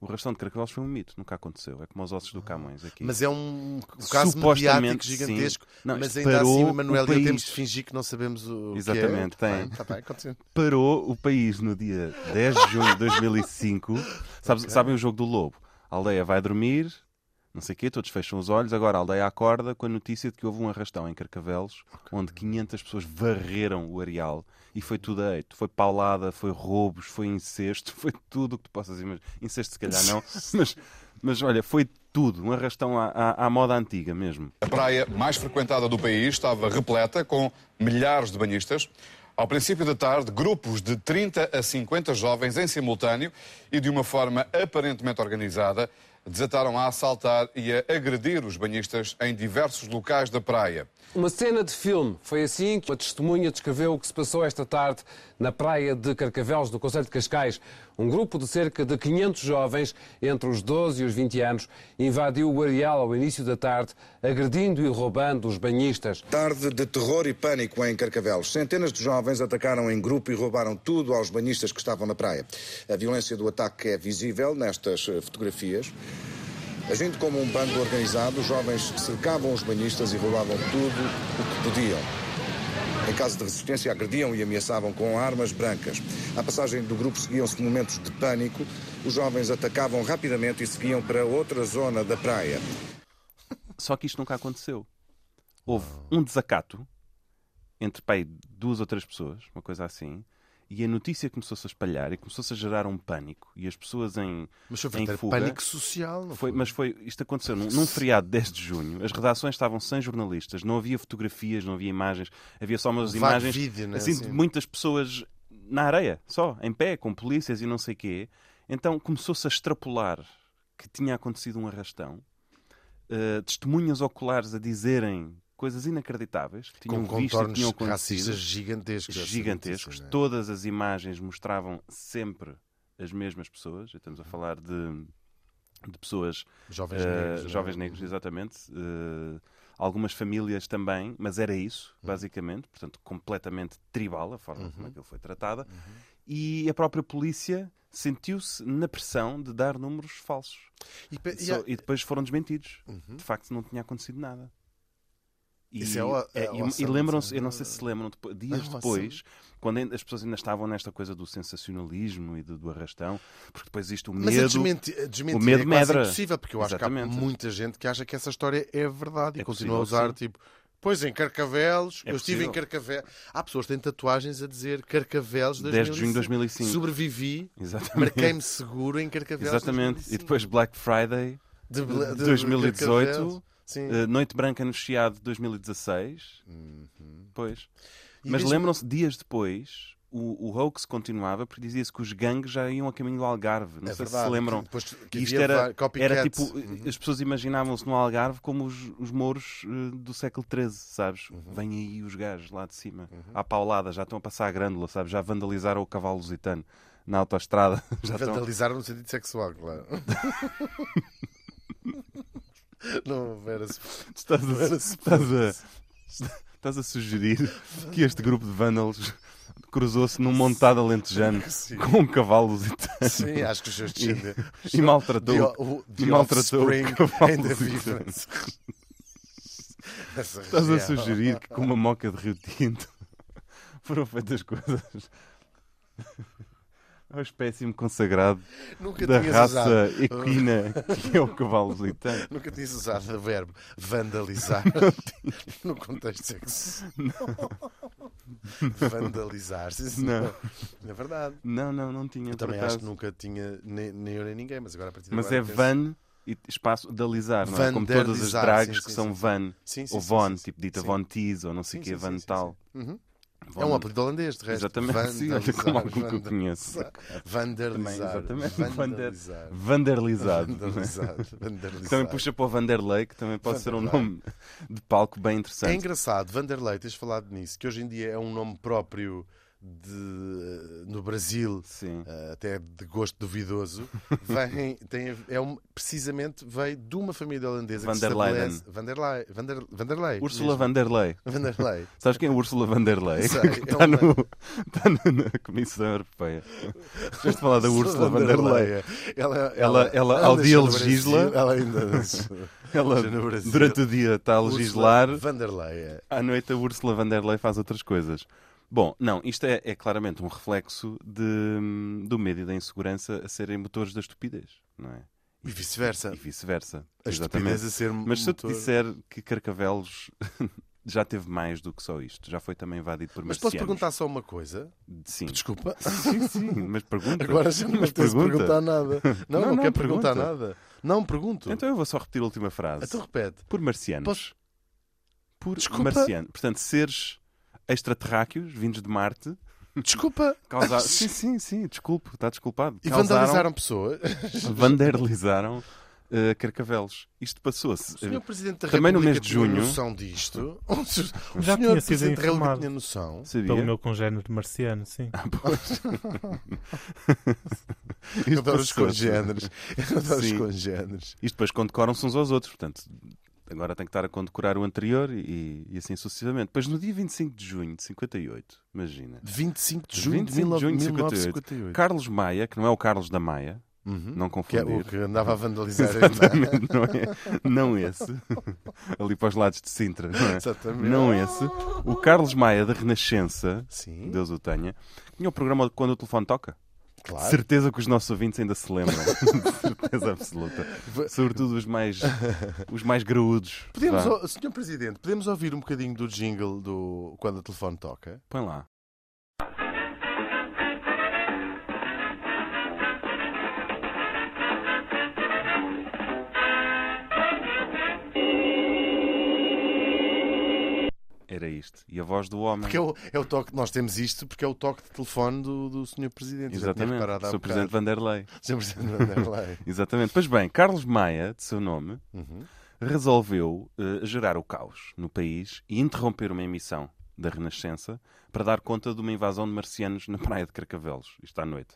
Speaker 2: O rastão de caracoles foi um mito, nunca aconteceu. É como os ossos do Camões aqui.
Speaker 1: Mas é um caso mediático
Speaker 2: Supostamente,
Speaker 1: gigantesco.
Speaker 2: sim. Não,
Speaker 1: mas
Speaker 2: isto
Speaker 1: ainda assim,
Speaker 2: parou
Speaker 1: Manuel
Speaker 2: o
Speaker 1: e eu
Speaker 2: país.
Speaker 1: temos de fingir que não sabemos o
Speaker 2: Exatamente,
Speaker 1: que é.
Speaker 2: tem.
Speaker 1: Bem, tá bem, continua.
Speaker 2: Parou o país no dia 10 de junho de 2005. Sabes- Sabem o jogo do lobo? A aldeia vai dormir, não sei o quê, todos fecham os olhos. Agora a aldeia acorda com a notícia de que houve um arrastão em Carcavelos, onde 500 pessoas varreram o areal e foi tudo a eito. Foi paulada, foi roubos, foi incesto, [LAUGHS] foi tudo o que tu possas imaginar. Incesto se calhar não, mas, mas olha, foi tudo. Um arrastão à, à- à moda antiga mesmo.
Speaker 5: A praia mais frequentada do país estava repleta com milhares de banhistas. Ao princípio da tarde, grupos de 30 a 50 jovens em simultâneo e de uma forma aparentemente organizada desataram a assaltar e a agredir os banhistas em diversos locais da praia.
Speaker 6: Uma cena de filme. Foi assim que uma testemunha descreveu o que se passou esta tarde na praia de Carcavelos, no Conselho de Cascais. Um grupo de cerca de 500 jovens, entre os 12 e os 20 anos, invadiu o areal ao início da tarde, agredindo e roubando os banhistas.
Speaker 7: Tarde de terror e pânico em Carcavelos. Centenas de jovens atacaram em grupo e roubaram tudo aos banhistas que estavam na praia. A violência do ataque é visível nestas eh, fotografias. Agindo como um bando organizado, os jovens cercavam os banhistas e roubavam tudo o que podiam. Em caso de resistência, agrediam e ameaçavam com armas brancas. À passagem do grupo seguiam-se momentos de pânico. Os jovens atacavam rapidamente e seguiam para outra zona da praia.
Speaker 2: Só que isto nunca aconteceu. Houve um desacato entre pai, duas ou três pessoas, uma coisa assim, e a notícia começou-se a espalhar e começou-se a gerar um pânico. E as pessoas em,
Speaker 1: Mas foi
Speaker 2: em
Speaker 1: verdadeiro
Speaker 2: fuga.
Speaker 1: pânico social, não
Speaker 2: Foi, mas foi, isto aconteceu num,
Speaker 1: [LAUGHS]
Speaker 2: num feriado de 10 de junho. As redações estavam sem jornalistas, não havia fotografias, não havia imagens, havia só umas
Speaker 1: Vago
Speaker 2: imagens
Speaker 1: vídeo, né?
Speaker 2: assim,
Speaker 1: Sim.
Speaker 2: de muitas pessoas na areia, só, em pé, com polícias e não sei quê. Então começou-se a extrapolar que tinha acontecido um arrastão, eh, testemunhas oculares a dizerem coisas inacreditáveis que tinham
Speaker 1: Com
Speaker 2: visto e que
Speaker 1: contornos
Speaker 2: um tinham acontecido
Speaker 1: racistas gigantescos. essa
Speaker 2: gigantescos.
Speaker 1: notícia, não é?
Speaker 2: Todas as imagens mostravam sempre as mesmas pessoas. Já Estamos a falar de, de pessoas
Speaker 1: Jovens
Speaker 2: eh,
Speaker 1: negros, não é?
Speaker 2: jovens negros, exatamente. Eh, algumas famílias também, mas era isso,
Speaker 1: Uhum.
Speaker 2: basicamente. Portanto, completamente tribal a forma como aquilo foi tratada.
Speaker 1: Uhum.
Speaker 2: E a própria polícia sentiu-se na pressão de dar números falsos.
Speaker 1: E pe- e
Speaker 2: Só-
Speaker 1: há-
Speaker 2: e depois foram desmentidos. De facto, não tinha acontecido nada. E,
Speaker 1: Isso é o- é
Speaker 2: e-
Speaker 1: awesome,
Speaker 2: e lembram-se,
Speaker 1: sim.
Speaker 2: eu não sei se se lembram, depo- dias
Speaker 1: awesome.
Speaker 2: depois, quando ainda- as pessoas ainda estavam nesta coisa do sensacionalismo e do, do arrastão, porque depois isto, o
Speaker 1: Mas a
Speaker 2: medo.
Speaker 1: desmenti- a desmentir
Speaker 2: o medo
Speaker 1: é quase
Speaker 2: medra.
Speaker 1: impossível, porque eu acho que
Speaker 2: Exatamente.
Speaker 1: há muita gente que acha que essa história é verdade e
Speaker 2: É
Speaker 1: continua a
Speaker 2: possível,
Speaker 1: usar,
Speaker 2: sim.
Speaker 1: tipo, pois em Carcavelos,
Speaker 2: É
Speaker 1: eu estive em
Speaker 2: possível.
Speaker 1: Carcavelos. Há pessoas que têm tatuagens a dizer Carcavelos
Speaker 2: 10 de junho de 2005.
Speaker 1: Sobrevivi,
Speaker 2: Exatamente.
Speaker 1: marquei-me seguro em Carcavelos
Speaker 2: Exatamente. E depois Black Friday,
Speaker 1: 2005. De- de- de
Speaker 2: 2018,
Speaker 1: Carcavelos. Sim.
Speaker 2: eh, Noite Branca no Chiado de 2016. Pois.
Speaker 1: Uhum. E
Speaker 2: Mas
Speaker 1: diz-me-
Speaker 2: lembram-se, dias depois, o, o hoax continuava porque dizia-se que os gangues já iam a caminho do Algarve. Não
Speaker 1: É
Speaker 2: sei se
Speaker 1: verdade,
Speaker 2: se lembram.
Speaker 1: que depois que
Speaker 2: E isto
Speaker 1: havia
Speaker 2: era,
Speaker 1: va- Uhum. copycat.
Speaker 2: era tipo, as pessoas imaginavam-se no Algarve como os, os mouros eh, do século XIII, sabes?
Speaker 1: Uhum.
Speaker 2: Vêm aí os gajos lá de cima, à paulada, já estão a passar a grândula, sabes? Já vandalizaram o cavalo lusitano na autoestrada. [LAUGHS]
Speaker 1: Então,
Speaker 2: Já estão-
Speaker 1: Vandalizaram no sentido sexual, [LAUGHS] claro. Não, era
Speaker 2: Estás
Speaker 1: [LAUGHS]
Speaker 2: a, estás, a, estás a sugerir que este grupo de vândalos cruzou-se num montado alentejano
Speaker 1: [LAUGHS] Sim.
Speaker 2: com um cavalo lusitano
Speaker 1: Sim, acho que os seus descendentes.
Speaker 2: e maltratou.
Speaker 1: The- o- the
Speaker 2: maltratou o
Speaker 1: offspring
Speaker 2: cavalo
Speaker 1: and the
Speaker 2: lusitano.
Speaker 1: difference. [LAUGHS] Essa
Speaker 2: Estás a
Speaker 1: região.
Speaker 2: sugerir que com uma moca de Rio Tinto [LAUGHS] foram feitas coisas É ao espécime consagrado
Speaker 1: Nunca
Speaker 2: da
Speaker 1: tinhas
Speaker 2: raça
Speaker 1: usado. Hum,
Speaker 2: equina que é o cavalo lusitano.
Speaker 1: Nunca tinhas usado o verbo vandalizar [LAUGHS] no contexto sexual. vandalizar, sim, senhor. É verdade.
Speaker 2: Não, não, não tinha.
Speaker 1: Eu
Speaker 2: por
Speaker 1: também acho
Speaker 2: acaso.
Speaker 1: que nunca tinha, nem, nem eu nem ninguém, mas agora a partir de
Speaker 2: Mas
Speaker 1: agora
Speaker 2: é
Speaker 1: penso-
Speaker 2: van e espaço dalizar, não é? Como todas as
Speaker 1: Vandalizar,
Speaker 2: drags
Speaker 1: sim,
Speaker 2: que
Speaker 1: sim,
Speaker 2: são
Speaker 1: sim,
Speaker 2: van
Speaker 1: Sim, sim,
Speaker 2: ou
Speaker 1: sim,
Speaker 2: von,
Speaker 1: sim, sim.
Speaker 2: tipo dita
Speaker 1: Sim.
Speaker 2: von Tease ou não sei o
Speaker 1: Sim,
Speaker 2: que,
Speaker 1: sim,
Speaker 2: van
Speaker 1: sim, sim,
Speaker 2: tal.
Speaker 1: É um apelido holandês, de resto.
Speaker 2: Exatamente, sim, olha como algo que eu
Speaker 1: vandalizar,
Speaker 2: conheço.
Speaker 1: Vandalizar.
Speaker 2: Também, exatamente.
Speaker 1: Vandalizar. Vandalizado.
Speaker 2: Vandalizado. Que
Speaker 1: vandalizar.
Speaker 2: é? [LAUGHS] Também puxa para o Vanderlei, que também pode ser um
Speaker 1: Vanderlei.
Speaker 2: nome de palco bem
Speaker 1: É
Speaker 2: interessante.
Speaker 1: engraçado, Vanderlei, tens falado nisso, que hoje em dia é um nome próprio de, no Brasil,
Speaker 2: Sim.
Speaker 1: eh, até de gosto
Speaker 2: [LAUGHS]
Speaker 1: duvidoso. Vem, tem, a- é um, precisamente veio de uma família holandesa
Speaker 2: Vanderleiden.
Speaker 1: que se estabelece. Vanderlei. Vander, Vanderlei.
Speaker 2: Úrsula
Speaker 1: mesmo.
Speaker 2: Vanderlei. [LAUGHS]
Speaker 1: Vanderlei.
Speaker 2: Sabes quem é Úrsula Vanderlei? [LAUGHS]
Speaker 1: Sei, é
Speaker 2: Está,
Speaker 1: uma-
Speaker 2: tá no, está no- na Comissão Europeia.
Speaker 1: [LAUGHS]
Speaker 2: Já de falar da Úrsula Vanderlei.
Speaker 1: Ela, ela,
Speaker 2: Ela- ela ao dia
Speaker 1: nasceu no
Speaker 2: legisla.
Speaker 1: Brasil, Ela
Speaker 2: [LAUGHS]
Speaker 1: ainda.
Speaker 2: Ela,
Speaker 1: é. Já no Brasil.
Speaker 2: durante o dia, está a legislar.
Speaker 1: Ursula Vanderlei.
Speaker 2: À noite, a Úrsula Vanderlei faz outras coisas. Bom, não, isto é, é claramente um reflexo de- do medo e da insegurança a serem motores da estupidez, não é?
Speaker 1: E vice-versa.
Speaker 2: E vice-versa.
Speaker 1: A estupidez a ser
Speaker 2: Mas se eu te
Speaker 1: motor.
Speaker 2: disser que Carcavelos [LAUGHS] já teve mais do que só isto, já foi também invadido por
Speaker 1: Mas posso
Speaker 2: marcianos.
Speaker 1: perguntar só uma coisa?
Speaker 2: Sim.
Speaker 1: Desculpa.
Speaker 2: Sim, sim, mas
Speaker 1: [LAUGHS]
Speaker 2: pergunta.
Speaker 1: Agora já não
Speaker 2: Mas
Speaker 1: me tens de perguntar
Speaker 2: [LAUGHS]
Speaker 1: nada. Não,
Speaker 2: Não,
Speaker 1: não,
Speaker 2: não,
Speaker 1: quero perguntar
Speaker 2: pergunta.
Speaker 1: nada. Não, pergunto.
Speaker 2: Então eu vou só repetir a última frase.
Speaker 1: Então repete.
Speaker 2: Por marcianos.
Speaker 1: Posso-
Speaker 2: Por
Speaker 1: Desculpa?
Speaker 2: marcianos. Portanto, seres extraterráqueos vindos de Marte.
Speaker 1: Desculpa.
Speaker 2: Causaram... [LAUGHS] sim, sim, sim, desculpe, está desculpado.
Speaker 1: E
Speaker 2: Causaram-
Speaker 1: vandalizaram pessoas.
Speaker 2: [LAUGHS] vandalizaram eh, carcavelos. Isto passou-se. eh,
Speaker 1: O senhor Presidente da
Speaker 2: Também
Speaker 1: República
Speaker 2: no mês de
Speaker 1: tinha
Speaker 2: junho.
Speaker 1: noção
Speaker 2: [LAUGHS]
Speaker 1: disto? O senhor
Speaker 3: Já tinha sido
Speaker 1: Presidente da República
Speaker 3: informado.
Speaker 1: tinha noção?
Speaker 2: Sabia? Ah, [LAUGHS]
Speaker 3: Pelo meu congénero marciano, sim.
Speaker 1: Eu
Speaker 2: Isto
Speaker 1: adoro os
Speaker 2: passou-se.
Speaker 1: congéneres. [LAUGHS] Eu adoro os
Speaker 2: Sim.
Speaker 1: congéneres.
Speaker 2: Isto depois condecoram-se uns aos outros, portanto, agora tem que estar a condecorar o anterior e, e assim sucessivamente. Depois, no dia 25 de junho de 58, imagina.
Speaker 1: 25 de junho
Speaker 2: 25 de junho de
Speaker 1: de 1958.
Speaker 2: Carlos Maia, que não é o Carlos da Maia,
Speaker 1: Uhum.
Speaker 2: não
Speaker 1: Que é o
Speaker 2: confundir.
Speaker 1: que andava a vandalizar.
Speaker 2: [LAUGHS] Exatamente, não é?
Speaker 1: [LAUGHS]
Speaker 2: Não esse. Ali para os lados de Sintra, não é?
Speaker 1: Exatamente.
Speaker 2: Não esse. O Carlos Maia da Renascença,
Speaker 1: Sim,
Speaker 2: Deus o tenha, tinha o programa Quando o Telefone Toca.
Speaker 1: claro.
Speaker 2: Certeza que os nossos ouvintes ainda
Speaker 1: [LAUGHS]
Speaker 2: se lembram. Certeza absoluta. Sobretudo os mais, os mais graúdos.
Speaker 1: Podemos,
Speaker 2: Vá,
Speaker 1: ou- Senhor Presidente, podemos ouvir um bocadinho do jingle do quando o telefone toca?
Speaker 2: Põe lá. Era isto. E a voz do homem.
Speaker 1: Porque é o, é o toque, nós temos isto porque é o toque de telefone do, do Senhor Presidente. Eu já tinha
Speaker 2: Exatamente.
Speaker 1: reparado há
Speaker 2: Sou
Speaker 1: bocado.
Speaker 2: o presidente Vanderlei.
Speaker 1: [LAUGHS] Senhor Presidente Vanderlei.
Speaker 2: Exatamente. Pois bem, Carlos Maia, de seu nome,
Speaker 1: Uhum.
Speaker 2: resolveu eh, gerar o caos no país e interromper uma emissão da Renascença para dar conta de uma invasão de marcianos na praia de Carcavelos, isto à noite.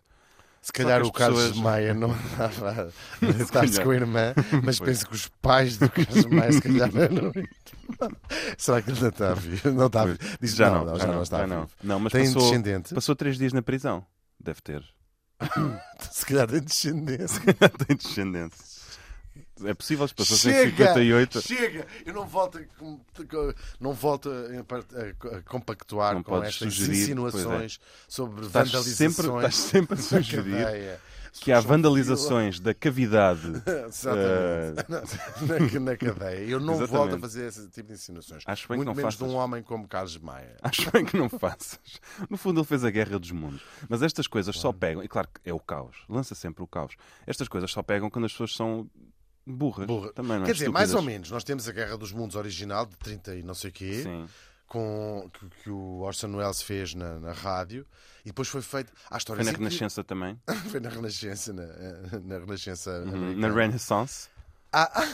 Speaker 1: Se calhar
Speaker 2: que as
Speaker 1: o Carlos
Speaker 2: pessoas-
Speaker 1: Maia não
Speaker 2: [LAUGHS]
Speaker 1: andava a deitar-se
Speaker 2: calhar.
Speaker 1: com a irmã, mas
Speaker 2: Pois.
Speaker 1: penso que os pais do Carlos Maia, se calhar, não. Será que ele ainda está vivo? Não está vivo. Diz,
Speaker 2: já
Speaker 1: não,
Speaker 2: não,
Speaker 1: já não está
Speaker 2: já
Speaker 1: vivo.
Speaker 2: não. Não, mas
Speaker 1: Tem
Speaker 2: passou,
Speaker 1: descendente?
Speaker 2: passou três dias na prisão. Deve ter. [LAUGHS]
Speaker 1: Se calhar tem descendência.
Speaker 2: Tem descendentes. É possível, se passou
Speaker 1: Chega!
Speaker 2: 158.
Speaker 1: Chega! Eu não volto a, com- com- não volto a, part- a- a compactuar
Speaker 2: Não
Speaker 1: com
Speaker 2: podes
Speaker 1: estas
Speaker 2: sugerir, é.
Speaker 1: insinuações sobre
Speaker 2: Estás
Speaker 1: vandalizações.
Speaker 2: sempre, estás sempre a
Speaker 1: da
Speaker 2: sugerir
Speaker 1: cadeia.
Speaker 2: que há
Speaker 1: São
Speaker 2: vandalizações da cavidade.
Speaker 1: viola- [LAUGHS] Exatamente. Na, na cadeia. Eu não
Speaker 2: Exatamente.
Speaker 1: volto a fazer esse tipo de insinuações.
Speaker 2: Acho bem que
Speaker 1: Muito
Speaker 2: não
Speaker 1: menos
Speaker 2: faças.
Speaker 1: de um homem como Carlos Maia.
Speaker 2: [LAUGHS] Acho bem que não faças. No fundo, ele fez a guerra dos mundos. Mas estas coisas só pegam. E claro que é o caos. Lança sempre o caos. Estas coisas só pegam quando as pessoas são burras.
Speaker 1: Burra.
Speaker 2: Também, não é?
Speaker 1: Quer dizer, mais ou
Speaker 2: Estúpidas.
Speaker 1: menos, nós temos a Guerra dos Mundos original de 30 e não sei o quê.
Speaker 2: Sim.
Speaker 1: com, que, que o Orson Welles fez na, na rádio e depois foi feito. Há
Speaker 2: Foi
Speaker 1: histórias
Speaker 2: na
Speaker 1: incríveis-
Speaker 2: Renascença também.
Speaker 1: [LAUGHS] foi na Renascença, na, na Renascença
Speaker 2: Uhum.
Speaker 1: americana.
Speaker 2: Na Renaissance.
Speaker 1: Ah,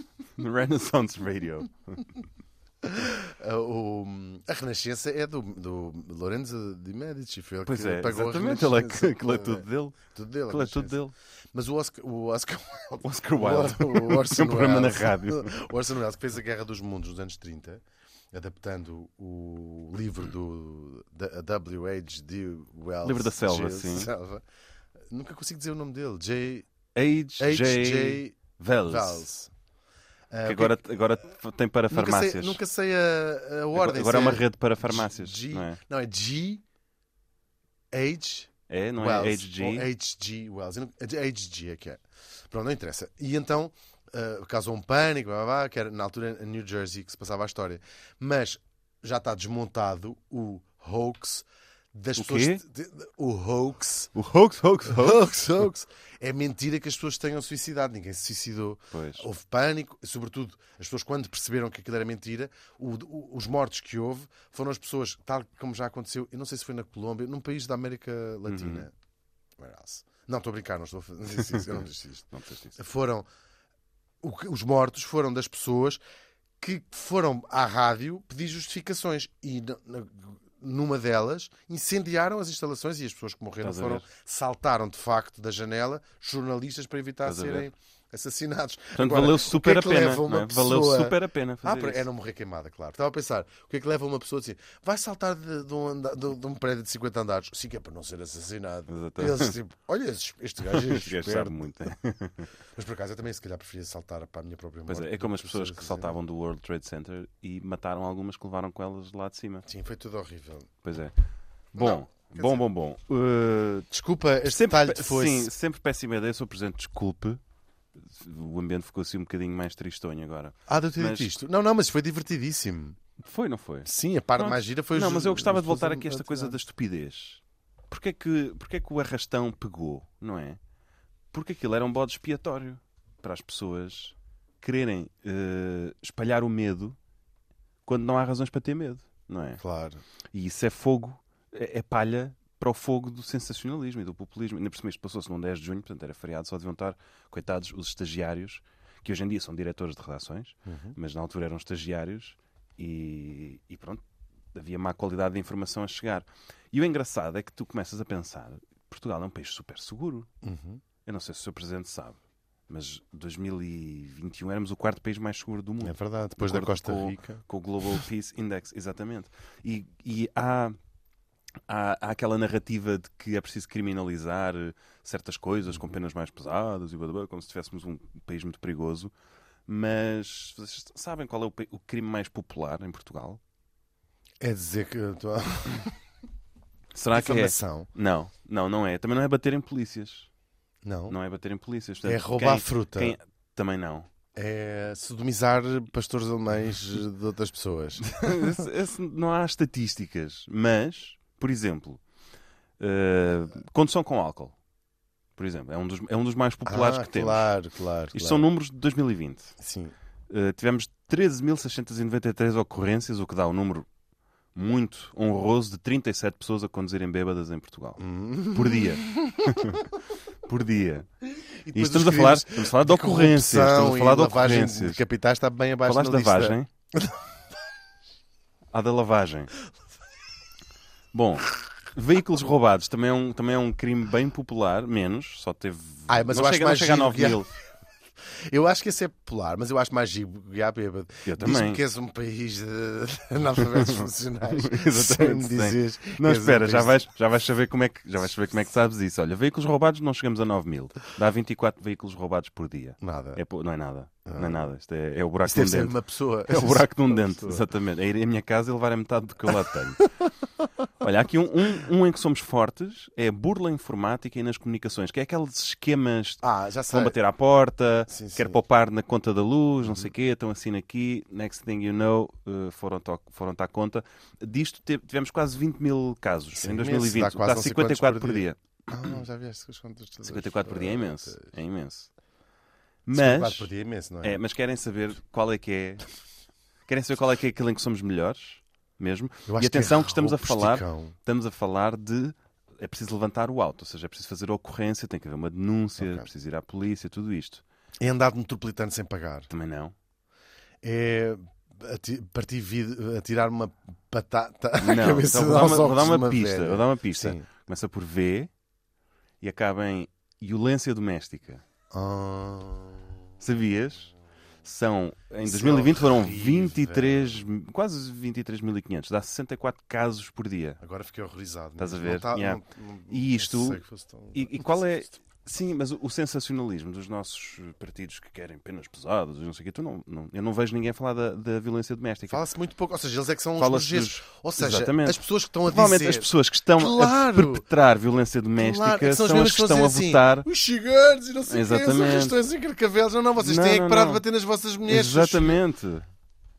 Speaker 2: [LAUGHS] Na Renaissance Radio.
Speaker 1: ah, o- a Renascença é do, do Lorenzo de Medici, foi ele
Speaker 2: Pois
Speaker 1: que
Speaker 2: é,
Speaker 1: pagou
Speaker 2: exatamente.
Speaker 1: a
Speaker 2: Ele é,
Speaker 1: Renascença.
Speaker 2: que- aquilo é tudo dele.
Speaker 1: Tudo dele, a
Speaker 2: Aquilo é tudo
Speaker 1: Renascença.
Speaker 2: dele.
Speaker 1: Mas o Oscar, o Oscar Wilde,
Speaker 2: [LAUGHS] Oscar Wilde.
Speaker 1: o, o
Speaker 2: [LAUGHS]
Speaker 1: Orson
Speaker 2: Tem um programa na
Speaker 1: Welles- [LAUGHS]
Speaker 2: rádio.
Speaker 1: o Orson Welles que fez a Guerra dos Mundos nos anos 30, adaptando o livro do da- W.H.D. Wells.
Speaker 2: Livro da Selva,
Speaker 1: J.
Speaker 2: sim.
Speaker 1: Selva. Nunca consigo dizer o nome dele. J.
Speaker 2: H.J.
Speaker 1: H.J.
Speaker 2: Vels.
Speaker 1: Wells. É,
Speaker 2: Que agora, agora tem para
Speaker 1: nunca sei,
Speaker 2: farmácias.
Speaker 1: nunca sei a, a ordem.
Speaker 2: agora é
Speaker 1: se
Speaker 2: uma rede para farmácias.
Speaker 1: G,
Speaker 2: Não é?
Speaker 1: não, é G. H.
Speaker 2: É, não é?
Speaker 1: Wells, ou
Speaker 2: HG.
Speaker 1: HG Wells. Eu não- HG é que é. Pronto, não interessa. E então ah, causou um pânico, blá, blá, blá, que era na altura em New Jersey que se passava a história. Mas já está desmontado o hoax das
Speaker 2: O
Speaker 1: pessoas.
Speaker 2: quê?
Speaker 1: de- de- o hoax. [LAUGHS]
Speaker 2: O hoax, hoax,
Speaker 1: Hoax, hoax. É mentira que as pessoas tenham suicidado. Ninguém se suicidou.
Speaker 2: Pois.
Speaker 1: Houve pânico, sobretudo as pessoas, quando perceberam que aquilo era mentira, o- o- os mortos que houve foram as pessoas, tal como já aconteceu, eu não sei se foi na Colômbia, num país da América Latina. Where else? Não, estou a brincar, não estou a fazer isso, eu não disse isto.
Speaker 2: Uhum. [LAUGHS] Não fizeste isso.
Speaker 1: Foram o que- os mortos foram das pessoas que foram à rádio pedir justificações e n- n- numa delas incendiaram as instalações e as pessoas que morreram
Speaker 2: Estás a ver?
Speaker 1: foram saltaram de facto da janela jornalistas para evitar
Speaker 2: Estás a ver?
Speaker 1: serem assassinados.
Speaker 2: Portanto,
Speaker 1: Agora,
Speaker 2: valeu
Speaker 1: o que é
Speaker 2: super
Speaker 1: que
Speaker 2: a pena.
Speaker 1: leva uma
Speaker 2: não é? Valeu
Speaker 1: pessoa-
Speaker 2: super a pena
Speaker 1: Ah,
Speaker 2: fazer
Speaker 1: para-
Speaker 2: isso.
Speaker 1: é não morrer queimada, claro. Estava a pensar, o que é que leva uma pessoa a dizer vai saltar de, de um, anda- de- de um prédio de 50 andares? Sim, que é para não ser assassinado.
Speaker 2: Exatamente.
Speaker 1: Eles tipo, olha, esses- este gajo é
Speaker 2: [LAUGHS] Este gajo sabe
Speaker 1: esperto.
Speaker 2: muito. é.
Speaker 1: Mas por acaso eu também se calhar preferia saltar para a minha própria morte.
Speaker 2: Pois é, é
Speaker 1: do
Speaker 2: como as
Speaker 1: ser
Speaker 2: pessoas que
Speaker 1: assassinado.
Speaker 2: saltavam do World Trade Center e mataram algumas que levaram com elas lá de cima.
Speaker 1: Sim, foi tudo horrível.
Speaker 2: Pois é. Bom, bom, bom, bom. Uh,
Speaker 1: Desculpa, este
Speaker 2: sempre,
Speaker 1: detalhe
Speaker 2: pe-
Speaker 1: foi.
Speaker 2: Sim, sempre péssima ideia. Sou presidente, desculpe. o ambiente ficou assim um bocadinho mais tristonho agora.
Speaker 1: Ah, de eu ter
Speaker 2: Mas-
Speaker 1: dito isto. Não, não, mas foi divertidíssimo.
Speaker 2: Foi, não foi?
Speaker 1: Sim, a parte
Speaker 2: Pronto.
Speaker 1: mais gira foi
Speaker 2: Não,
Speaker 1: os-
Speaker 2: mas eu gostava
Speaker 1: os-
Speaker 2: de voltar
Speaker 1: os-
Speaker 2: aqui a esta coisa da estupidez. Porquê é que, porquê é que o arrastão pegou, não é? Porque aquilo era um bode expiatório para as pessoas quererem eh, espalhar o medo quando não há razões para ter medo, não é?
Speaker 1: Claro.
Speaker 2: E isso é fogo, é, é palha para o fogo do sensacionalismo e do populismo. Ainda por cima isto passou-se num 10 de junho, portanto era feriado, só deviam estar, coitados, os estagiários, que hoje em dia são diretores de redações, mas na altura eram estagiários e, e pronto, havia má qualidade de informação a chegar. E o engraçado é que tu começas a pensar, Portugal é um país super seguro.
Speaker 1: Uhum.
Speaker 2: Eu não sei se o seu presidente sabe, mas 2021 éramos o quarto país mais seguro do mundo
Speaker 1: É verdade. Depois
Speaker 2: de
Speaker 1: da
Speaker 2: acordo
Speaker 1: Costa
Speaker 2: com, o-
Speaker 1: Rica.
Speaker 2: Com o Global Peace Index, exatamente. E, e há, há, há aquela narrativa de que é preciso criminalizar eh, certas coisas com penas mais pesadas e blá, blá, blá, como se tivéssemos um país muito perigoso. Mas vocês sabem qual é o, pa- o crime mais popular em Portugal?
Speaker 1: É dizer que a tua
Speaker 2: Será que é?
Speaker 1: difamação.
Speaker 2: Não, não, não é. Também não é bater em polícias.
Speaker 1: Não.
Speaker 2: Não é bater em polícias.
Speaker 1: Oh. É
Speaker 2: Portanto,
Speaker 1: roubar
Speaker 2: quem-
Speaker 1: fruta.
Speaker 2: quem- Também não.
Speaker 1: É sodomizar pastores alemães eh, de outras pessoas.
Speaker 2: [LAUGHS] Esse- esse não há estatísticas, mas, por exemplo, eh, condução com álcool, por exemplo, é um dos, é um dos mais populares
Speaker 1: ah,
Speaker 2: que temos.
Speaker 1: Claro, claro.
Speaker 2: Isto
Speaker 1: claro.
Speaker 2: são números de 2020.
Speaker 1: Sim.
Speaker 2: Eh, tivemos 13.693 ocorrências, o que dá um número muito honroso de 37 pessoas a conduzirem bêbadas em Portugal.
Speaker 1: Hum.
Speaker 2: Por
Speaker 1: [LAUGHS]
Speaker 2: dia. por dia. E,
Speaker 1: depois
Speaker 2: estamos
Speaker 1: os
Speaker 2: a, falar,
Speaker 1: crimes
Speaker 2: estamos a falar de ocorrências. Estamos a falar de
Speaker 1: lavagem
Speaker 2: ocorrências.
Speaker 1: de capitais está bem abaixo
Speaker 2: Falaste
Speaker 1: da
Speaker 2: da
Speaker 1: lista.
Speaker 2: vagem? Há da lavagem. Bom, veículos roubados também é, um, também é um crime bem popular, menos, só teve.
Speaker 1: Ai, mas
Speaker 2: não
Speaker 1: eu acho
Speaker 2: chega, não
Speaker 1: mais
Speaker 2: chega a
Speaker 1: giro
Speaker 2: 9 mil.
Speaker 1: [LAUGHS] Eu acho que esse é popular, mas eu acho mais giro guiar bêbado.
Speaker 2: Eu
Speaker 1: Diz-me
Speaker 2: também.
Speaker 1: que és um país de de analfabetos funcionais.
Speaker 2: [LAUGHS] Exatamente,
Speaker 1: Sem
Speaker 2: sim.
Speaker 1: me dizeres que
Speaker 2: Não,
Speaker 1: és um
Speaker 2: espera, já
Speaker 1: país-
Speaker 2: vais, já, vais saber como é que, já vais saber como é que sabes isso. Olha, veículos roubados não chegamos a 9 mil. Dá 24 veículos roubados por dia.
Speaker 1: Nada. Ah.
Speaker 2: É pou- não é nada. Não é nada. Isto é, é o buraco
Speaker 1: Isto
Speaker 2: de um
Speaker 1: deve ser
Speaker 2: dente.
Speaker 1: uma pessoa.
Speaker 2: É o buraco de um dente, exatamente. É ir à minha casa e levar a metade do que eu lá tenho. [LAUGHS] Olha, há aqui um, um, um em que somos fortes é a burla informática e nas comunicações, que é aqueles esquemas que
Speaker 1: [LAUGHS] Ah, já sei.
Speaker 2: vão bater à porta,
Speaker 1: Sim, sim. Uhum.
Speaker 2: quer poupar na conta da luz, não sei o quê, estão assim aqui, next thing you know, eh, foram to- foram-te à conta. Disto te- tivemos quase 20 mil casos
Speaker 1: Sim,
Speaker 2: em
Speaker 1: imenso,
Speaker 2: 2020.
Speaker 1: dá quase não sei
Speaker 2: 54 por
Speaker 1: quantos por
Speaker 2: dia.
Speaker 1: Ah, não, já vieste com os contas todas.
Speaker 2: 54 por dia é imenso. É imenso.
Speaker 1: 54
Speaker 2: Mas,
Speaker 1: por dia é imenso, não é?
Speaker 2: é, mas querem saber qual é que é. Querem saber qual é que é aquilo em que somos melhores, mesmo.
Speaker 1: Eu acho
Speaker 2: E atenção que,
Speaker 1: é
Speaker 2: estamos a
Speaker 1: rabo
Speaker 2: falar,
Speaker 1: posticão.
Speaker 2: estamos a falar de é preciso levantar o auto, ou seja, é preciso fazer a ocorrência, tem que haver uma denúncia, é preciso ir à polícia, tudo isto.
Speaker 1: É andar de metropolitano sem pagar. [LAUGHS]
Speaker 2: Também não.
Speaker 1: É ati- partir vid- atirar uma patata à
Speaker 2: Não,
Speaker 1: cabeça
Speaker 2: então vou dar
Speaker 1: aos
Speaker 2: uma, vou dar
Speaker 1: ovos de
Speaker 2: uma
Speaker 1: uma
Speaker 2: pista,
Speaker 1: velha.
Speaker 2: vou dar uma pista.
Speaker 1: Sim.
Speaker 2: Começa por V e acaba em violência doméstica.
Speaker 1: Ah,
Speaker 2: Sabias? São, em
Speaker 1: Isso é
Speaker 2: 2020 foram
Speaker 1: horrível.
Speaker 2: 23, quase 23.500, dá 64 casos por dia.
Speaker 1: Agora fiquei horrorizado.
Speaker 2: Estás a
Speaker 1: mesmo.
Speaker 2: ver?
Speaker 1: Não tá-
Speaker 2: Yeah.
Speaker 1: não- não-
Speaker 2: E
Speaker 1: não
Speaker 2: isto-
Speaker 1: sei que fosse tão-
Speaker 2: E, e qual é. Sim, mas o, o sensacionalismo dos nossos partidos que querem penas pesadas e não sei o quê, tu não, não- eu não vejo ninguém falar da, da violência doméstica.
Speaker 1: Fala-se muito pouco. Ou seja, eles é que são os
Speaker 2: Fala-se
Speaker 1: burgueses.
Speaker 2: dos-
Speaker 1: Ou seja,
Speaker 2: Exatamente.
Speaker 1: as pessoas que estão a
Speaker 2: Provavelmente
Speaker 1: dizer...
Speaker 2: as pessoas que estão
Speaker 1: Claro!
Speaker 2: a perpetrar violência doméstica
Speaker 1: Claro, é que
Speaker 2: são,
Speaker 1: mesmas
Speaker 2: as que estão a
Speaker 1: dizem assim,
Speaker 2: votar.
Speaker 1: Os ciganos e não sei o quê, as
Speaker 2: Exatamente.
Speaker 1: arrastões em carcavelos. Não, não, vocês
Speaker 2: Não,
Speaker 1: têm é que
Speaker 2: não,
Speaker 1: parar
Speaker 2: não.
Speaker 1: de bater nas vossas mulheres.
Speaker 2: Exatamente.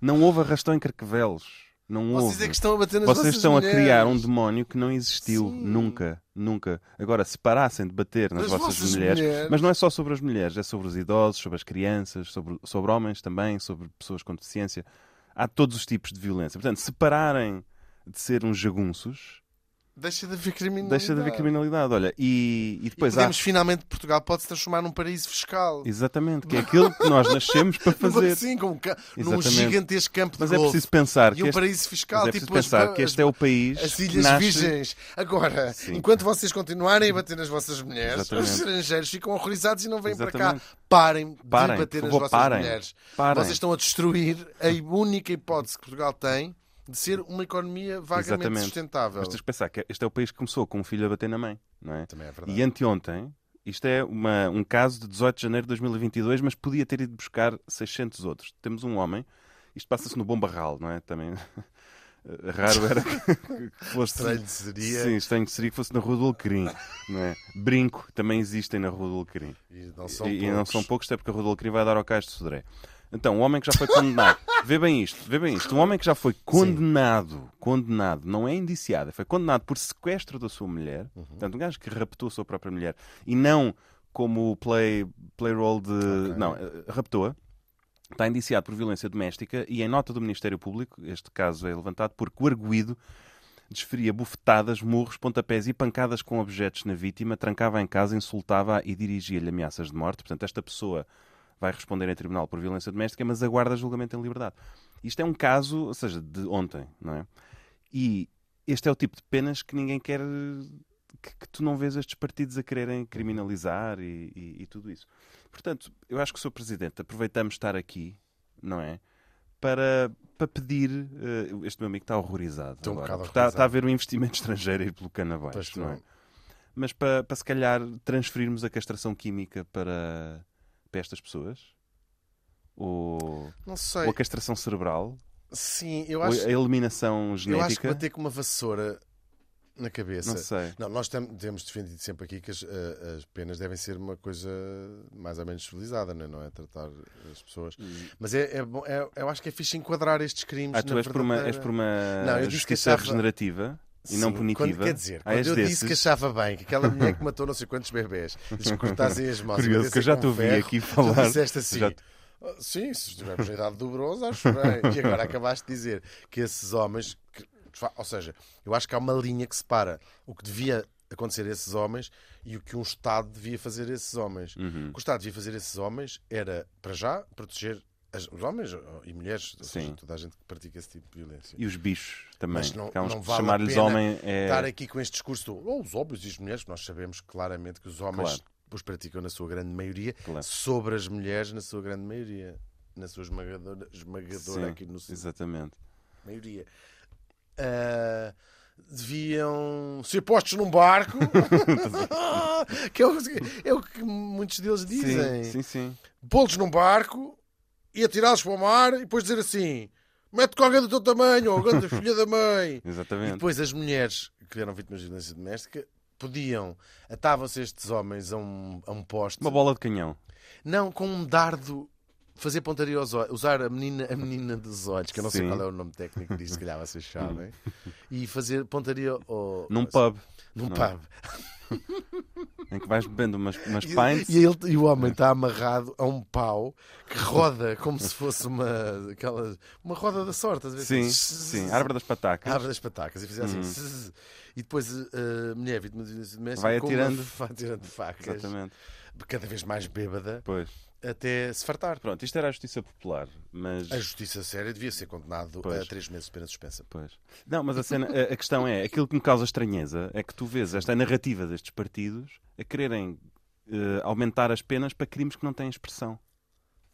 Speaker 2: Não houve arrastão em carcavelos. Não
Speaker 1: Vocês
Speaker 2: houve.
Speaker 1: é que estão a bater nas
Speaker 2: Vocês
Speaker 1: vossas
Speaker 2: estão a
Speaker 1: mulheres.
Speaker 2: criar um demónio que não existiu
Speaker 1: Sim.
Speaker 2: nunca, nunca. Agora, se parassem de bater nas
Speaker 1: Nas
Speaker 2: vossas,
Speaker 1: vossas
Speaker 2: mulheres,
Speaker 1: mulheres.
Speaker 2: mas não é só sobre as mulheres, é sobre os idosos, sobre as crianças, sobre, sobre homens também, sobre pessoas com deficiência. Há todos os tipos de violência. Portanto, se pararem de ser uns jagunços,
Speaker 1: Deixa de haver criminalidade.
Speaker 2: deixa de haver criminalidade. Olha, e, e
Speaker 1: E
Speaker 2: depois há.
Speaker 1: podemos, finalmente, Portugal pode se transformar num paraíso fiscal.
Speaker 2: [LAUGHS] Exatamente, que é aquilo que nós
Speaker 1: [LAUGHS]
Speaker 2: nascemos para fazer.
Speaker 1: Assim, com um ca- num
Speaker 2: Exatamente.
Speaker 1: gigantesco campo de
Speaker 2: Mas é
Speaker 1: golfe.
Speaker 2: preciso pensar
Speaker 1: E
Speaker 2: que
Speaker 1: um
Speaker 2: este,
Speaker 1: paraíso fiscal.
Speaker 2: mas é
Speaker 1: tipo
Speaker 2: preciso pensar
Speaker 1: as,
Speaker 2: que este é o país
Speaker 1: as
Speaker 2: que
Speaker 1: Ilhas
Speaker 2: nasce-
Speaker 1: Virgens. Agora,
Speaker 2: Sim.
Speaker 1: enquanto vocês continuarem a bater nas vossas mulheres,
Speaker 2: Exatamente.
Speaker 1: os estrangeiros ficam horrorizados e não vêm para
Speaker 2: Exatamente.
Speaker 1: cá. Parem,
Speaker 2: Parem,
Speaker 1: de bater
Speaker 2: por
Speaker 1: nas
Speaker 2: favor,
Speaker 1: vossas
Speaker 2: parem.
Speaker 1: mulheres.
Speaker 2: Parem.
Speaker 1: Vocês estão a destruir a única hipótese que Portugal tem de ser uma economia vagamente
Speaker 2: Exatamente.
Speaker 1: sustentável.
Speaker 2: Mas tens que pensar que este é o país que começou com um filho a bater na mãe, não é?
Speaker 1: Também é verdade.
Speaker 2: E anteontem, isto é uma- um caso de 18 de janeiro de 2022, mas podia ter ido buscar 600 outros. Temos um homem, isto passa-se no Bom Barral, não é? Também. [LAUGHS] eh, raro era que que fosse.
Speaker 1: Estranho seria.
Speaker 2: Sim, estranho seria que fosse na Rua do Alecrim. não é? Brinco também existem na Rua do Alecrim.
Speaker 1: E não são
Speaker 2: e, e não
Speaker 1: poucos.
Speaker 2: são poucos, até porque a Rua do Alecrim vai dar ao cais de Sodré. Então, um homem que já
Speaker 1: [LAUGHS]
Speaker 2: foi condenado. vê bem isto, vê bem isto. Um homem que já foi condenado, condenado, não é indiciado, foi condenado por sequestro da sua mulher.
Speaker 1: Uhum.
Speaker 2: Portanto, um gajo que raptou a sua própria mulher e não como o play, play role de. Não, eh, raptou-a. Está indiciado por violência doméstica e, em nota do Ministério Público, este caso é levantado porque o arguído desferia bufetadas, murros, pontapés e pancadas com objetos na vítima, trancava em casa, insultava e dirigia-lhe ameaças de morte. Portanto, esta pessoa vai responder em tribunal por violência doméstica, mas aguarda julgamento em liberdade. Isto é um caso, ou seja, de ontem, não é? E este é o tipo de penas que ninguém quer. que, que tu não vês estes partidos a quererem criminalizar e, e- e tudo isso. Portanto, eu acho que, Sr. Presidente, aproveitamos estar aqui, não é? Para, para pedir. eh, este meu amigo está horrorizado.
Speaker 1: Estou um
Speaker 2: agora,
Speaker 1: bocado
Speaker 2: porque está,
Speaker 1: horrorizado.
Speaker 2: está a haver um investimento estrangeiro aí pelo cano abaixo,
Speaker 1: Pois
Speaker 2: não é?
Speaker 1: não.
Speaker 2: Mas para, para se calhar transferirmos a castração química para, para estas pessoas? Ou,
Speaker 1: Não
Speaker 2: ou
Speaker 1: sei.
Speaker 2: a castração cerebral?
Speaker 1: Sim, eu
Speaker 2: Ou
Speaker 1: acho,
Speaker 2: a eliminação
Speaker 1: eu acho que
Speaker 2: genética?
Speaker 1: bater com uma vassoura na cabeça.
Speaker 2: Não sei.
Speaker 1: Não, nós tem- temos defendido sempre aqui que as, eh, as penas devem ser uma coisa mais ou menos civilizada, não é? Não é? Tratar as pessoas. Mas é, é bom- é- eu acho que é fixe enquadrar estes crimes.
Speaker 2: Ah, tu
Speaker 1: na
Speaker 2: és por uma, és
Speaker 1: verdadeira-
Speaker 2: por uma
Speaker 1: Não, eu disse que
Speaker 2: justiça
Speaker 1: achava-
Speaker 2: regenerativa e não
Speaker 1: Sim,
Speaker 2: punitiva?
Speaker 1: quando- quer dizer,
Speaker 2: Ah,
Speaker 1: quando
Speaker 2: és
Speaker 1: eu disse
Speaker 2: desses?
Speaker 1: que achava bem que aquela
Speaker 2: [LAUGHS]
Speaker 1: mulher que matou não sei quantos bebés lhes cortassem as mãos. e
Speaker 2: Curioso, que
Speaker 1: batessem
Speaker 2: eu já
Speaker 1: com um
Speaker 2: te ouvi
Speaker 1: ferro,
Speaker 2: aqui falar.
Speaker 1: Tu disseste assim.
Speaker 2: Já te-
Speaker 1: "Ah, Sim, se estivermos na idade do bronze, acho bem. E agora acabaste de dizer que esses homens. que- ou seja, eu acho que há uma linha que separa o que devia acontecer a esses homens e o que um Estado devia fazer a esses homens.
Speaker 2: Uhum.
Speaker 1: O que o Estado devia fazer a esses homens era, para já, proteger as- os homens e mulheres, ou seja,
Speaker 2: Sim.
Speaker 1: toda a gente que pratica esse tipo de violência.
Speaker 2: E os bichos também.
Speaker 1: Mas não,
Speaker 2: que há uns
Speaker 1: não
Speaker 2: que
Speaker 1: vale
Speaker 2: chamar-lhes
Speaker 1: a pena
Speaker 2: homem é.
Speaker 1: estar aqui com este discurso do, "Oh, os homens e as mulheres, nós sabemos claramente que os homens
Speaker 2: Claro.
Speaker 1: os praticam na sua grande maioria,
Speaker 2: Claro.
Speaker 1: sobre as mulheres na sua grande maioria, na sua esmagadora, esmagadora
Speaker 2: Sim,
Speaker 1: aqui no sentido
Speaker 2: Exatamente.
Speaker 1: de maioria. Ah, deviam ser postos num barco,
Speaker 2: [LAUGHS]
Speaker 1: [LAUGHS] que é o, é o que muitos deles dizem.
Speaker 2: Sim, sim, sim.
Speaker 1: Bolos num barco e atirá-los para o mar e depois dizer assim: mete com alguém do teu tamanho, ou grande filha da mãe. E
Speaker 2: Exatamente.
Speaker 1: depois as mulheres que eram vítimas de violência doméstica podiam, atavam-se estes homens a um, a um poste,
Speaker 2: Uma bola de canhão.
Speaker 1: não, com um dardo, fazer pontaria aos olhos, usar a menina, a menina dos olhos, que eu não sei
Speaker 2: Sim.
Speaker 1: qual é o nome técnico disto, se calhar vocês sabem, e fazer pontaria ao,
Speaker 2: Num pub,
Speaker 1: assim, Num
Speaker 2: não é?
Speaker 1: pub.
Speaker 2: em que vais bebendo umas, umas
Speaker 1: E,
Speaker 2: pints.
Speaker 1: e ele- e o homem
Speaker 2: É.
Speaker 1: está amarrado a um pau que roda como se fosse uma, aquela, uma roda da sorte. às vezes.
Speaker 2: Sim, sim. A árvore das
Speaker 1: a
Speaker 2: patacas.
Speaker 1: árvore das patacas e fizesse
Speaker 2: Hum.
Speaker 1: assim. zzz, E depois eh, a mulher vítima de violência doméstica
Speaker 2: Vai
Speaker 1: com
Speaker 2: atirando.
Speaker 1: uma- [LAUGHS] vai atirando facas,
Speaker 2: Exatamente.
Speaker 1: cada vez mais bêbada,
Speaker 2: Pois.
Speaker 1: até se fartar.
Speaker 2: Pronto, isto era a justiça popular, mas.
Speaker 1: A justiça séria devia ser condenado
Speaker 2: Pois.
Speaker 1: a três meses de pena suspensa.
Speaker 2: Pois. Não, mas a, cena, a, a questão é: aquilo que me causa estranheza é que tu vês esta narrativa destes partidos a quererem eh, aumentar as penas para crimes que não têm expressão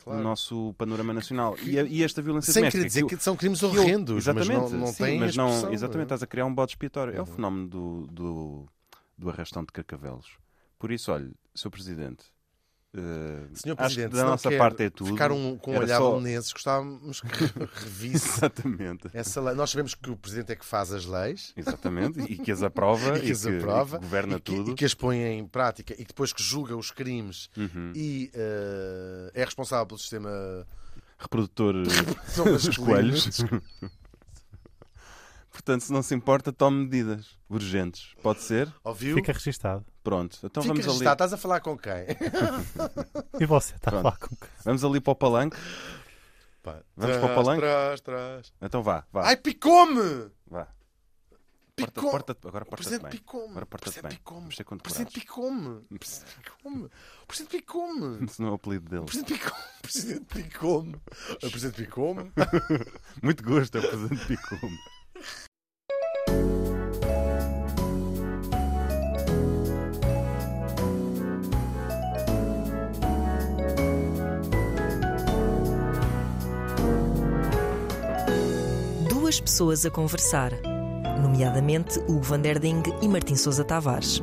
Speaker 1: Claro.
Speaker 2: no nosso panorama nacional. E, a- e esta violência
Speaker 1: Sem querer
Speaker 2: doméstica.
Speaker 1: dizer que, são crimes
Speaker 2: que eu-
Speaker 1: horrendos, mas
Speaker 2: exatamente,
Speaker 1: não, não
Speaker 2: sim,
Speaker 1: têm
Speaker 2: mas não-
Speaker 1: expressão,
Speaker 2: Exatamente,
Speaker 1: não é? Uhum.
Speaker 2: estás a criar um bode expiatório. É o fenómeno do, do, do arrastão de carcavelos. Por isso, olha, Sr. Presidente. eh, [LAUGHS]
Speaker 1: Senhor
Speaker 2: acho que
Speaker 1: Presidente,
Speaker 2: da
Speaker 1: se não
Speaker 2: nossa
Speaker 1: quer
Speaker 2: parte é tudo.
Speaker 1: ficar um, com um
Speaker 2: Era
Speaker 1: olhar
Speaker 2: só-
Speaker 1: belenenses, gostávamos que [LAUGHS] revisse
Speaker 2: Exatamente.
Speaker 1: essa lei. Nós sabemos que o Presidente é que faz as leis,
Speaker 2: Exatamente, e que as
Speaker 1: [LAUGHS]
Speaker 2: aprova
Speaker 1: e que as aprova,
Speaker 2: e que governa
Speaker 1: e que,
Speaker 2: tudo.
Speaker 1: e que as põe em prática e que depois que julga os crimes
Speaker 2: Uhum.
Speaker 1: e eh, é responsável pelo
Speaker 2: [LAUGHS]
Speaker 1: sistema
Speaker 2: Reprodutor
Speaker 1: são
Speaker 2: dos coelhos. Portanto, se não se importa, tome medidas urgentes. Pode ser?
Speaker 1: Ouviu?
Speaker 3: Fica registado.
Speaker 2: Pronto. Então
Speaker 1: Fica
Speaker 2: vamos ali,
Speaker 1: registado. Estás a falar com quem?
Speaker 3: E você está
Speaker 2: Pronto.
Speaker 3: lá com que
Speaker 2: vamos ali para o palanque.
Speaker 1: Pá,
Speaker 2: Vamos
Speaker 1: trás,
Speaker 2: para o palanque?
Speaker 1: Trás, trás.
Speaker 2: Então vá, vá.
Speaker 1: Ai, picou-me!
Speaker 2: vá. Porta,
Speaker 1: Picou-me!
Speaker 2: porta- agora
Speaker 1: O
Speaker 2: porta-te
Speaker 1: Presidente
Speaker 2: bem.
Speaker 1: picou-me!
Speaker 2: Agora
Speaker 1: O
Speaker 2: porta-te
Speaker 1: Presidente
Speaker 2: bem. é
Speaker 1: picou-me!
Speaker 2: Vamos ser
Speaker 1: O Presidente
Speaker 2: contemporâneos.
Speaker 1: picou-me! O Presidente picou-me! O
Speaker 2: [LAUGHS]
Speaker 1: Presidente picou-me!
Speaker 2: Se não é o apelido dele.
Speaker 1: O Presidente picou-me! O Presidente picou-me! O Presidente picou-me!
Speaker 2: Muito gosto, é o Presidente Picum.
Speaker 4: Duas pessoas a conversar, nomeadamente Hugo Van Der Ding e Martim Sousa Tavares.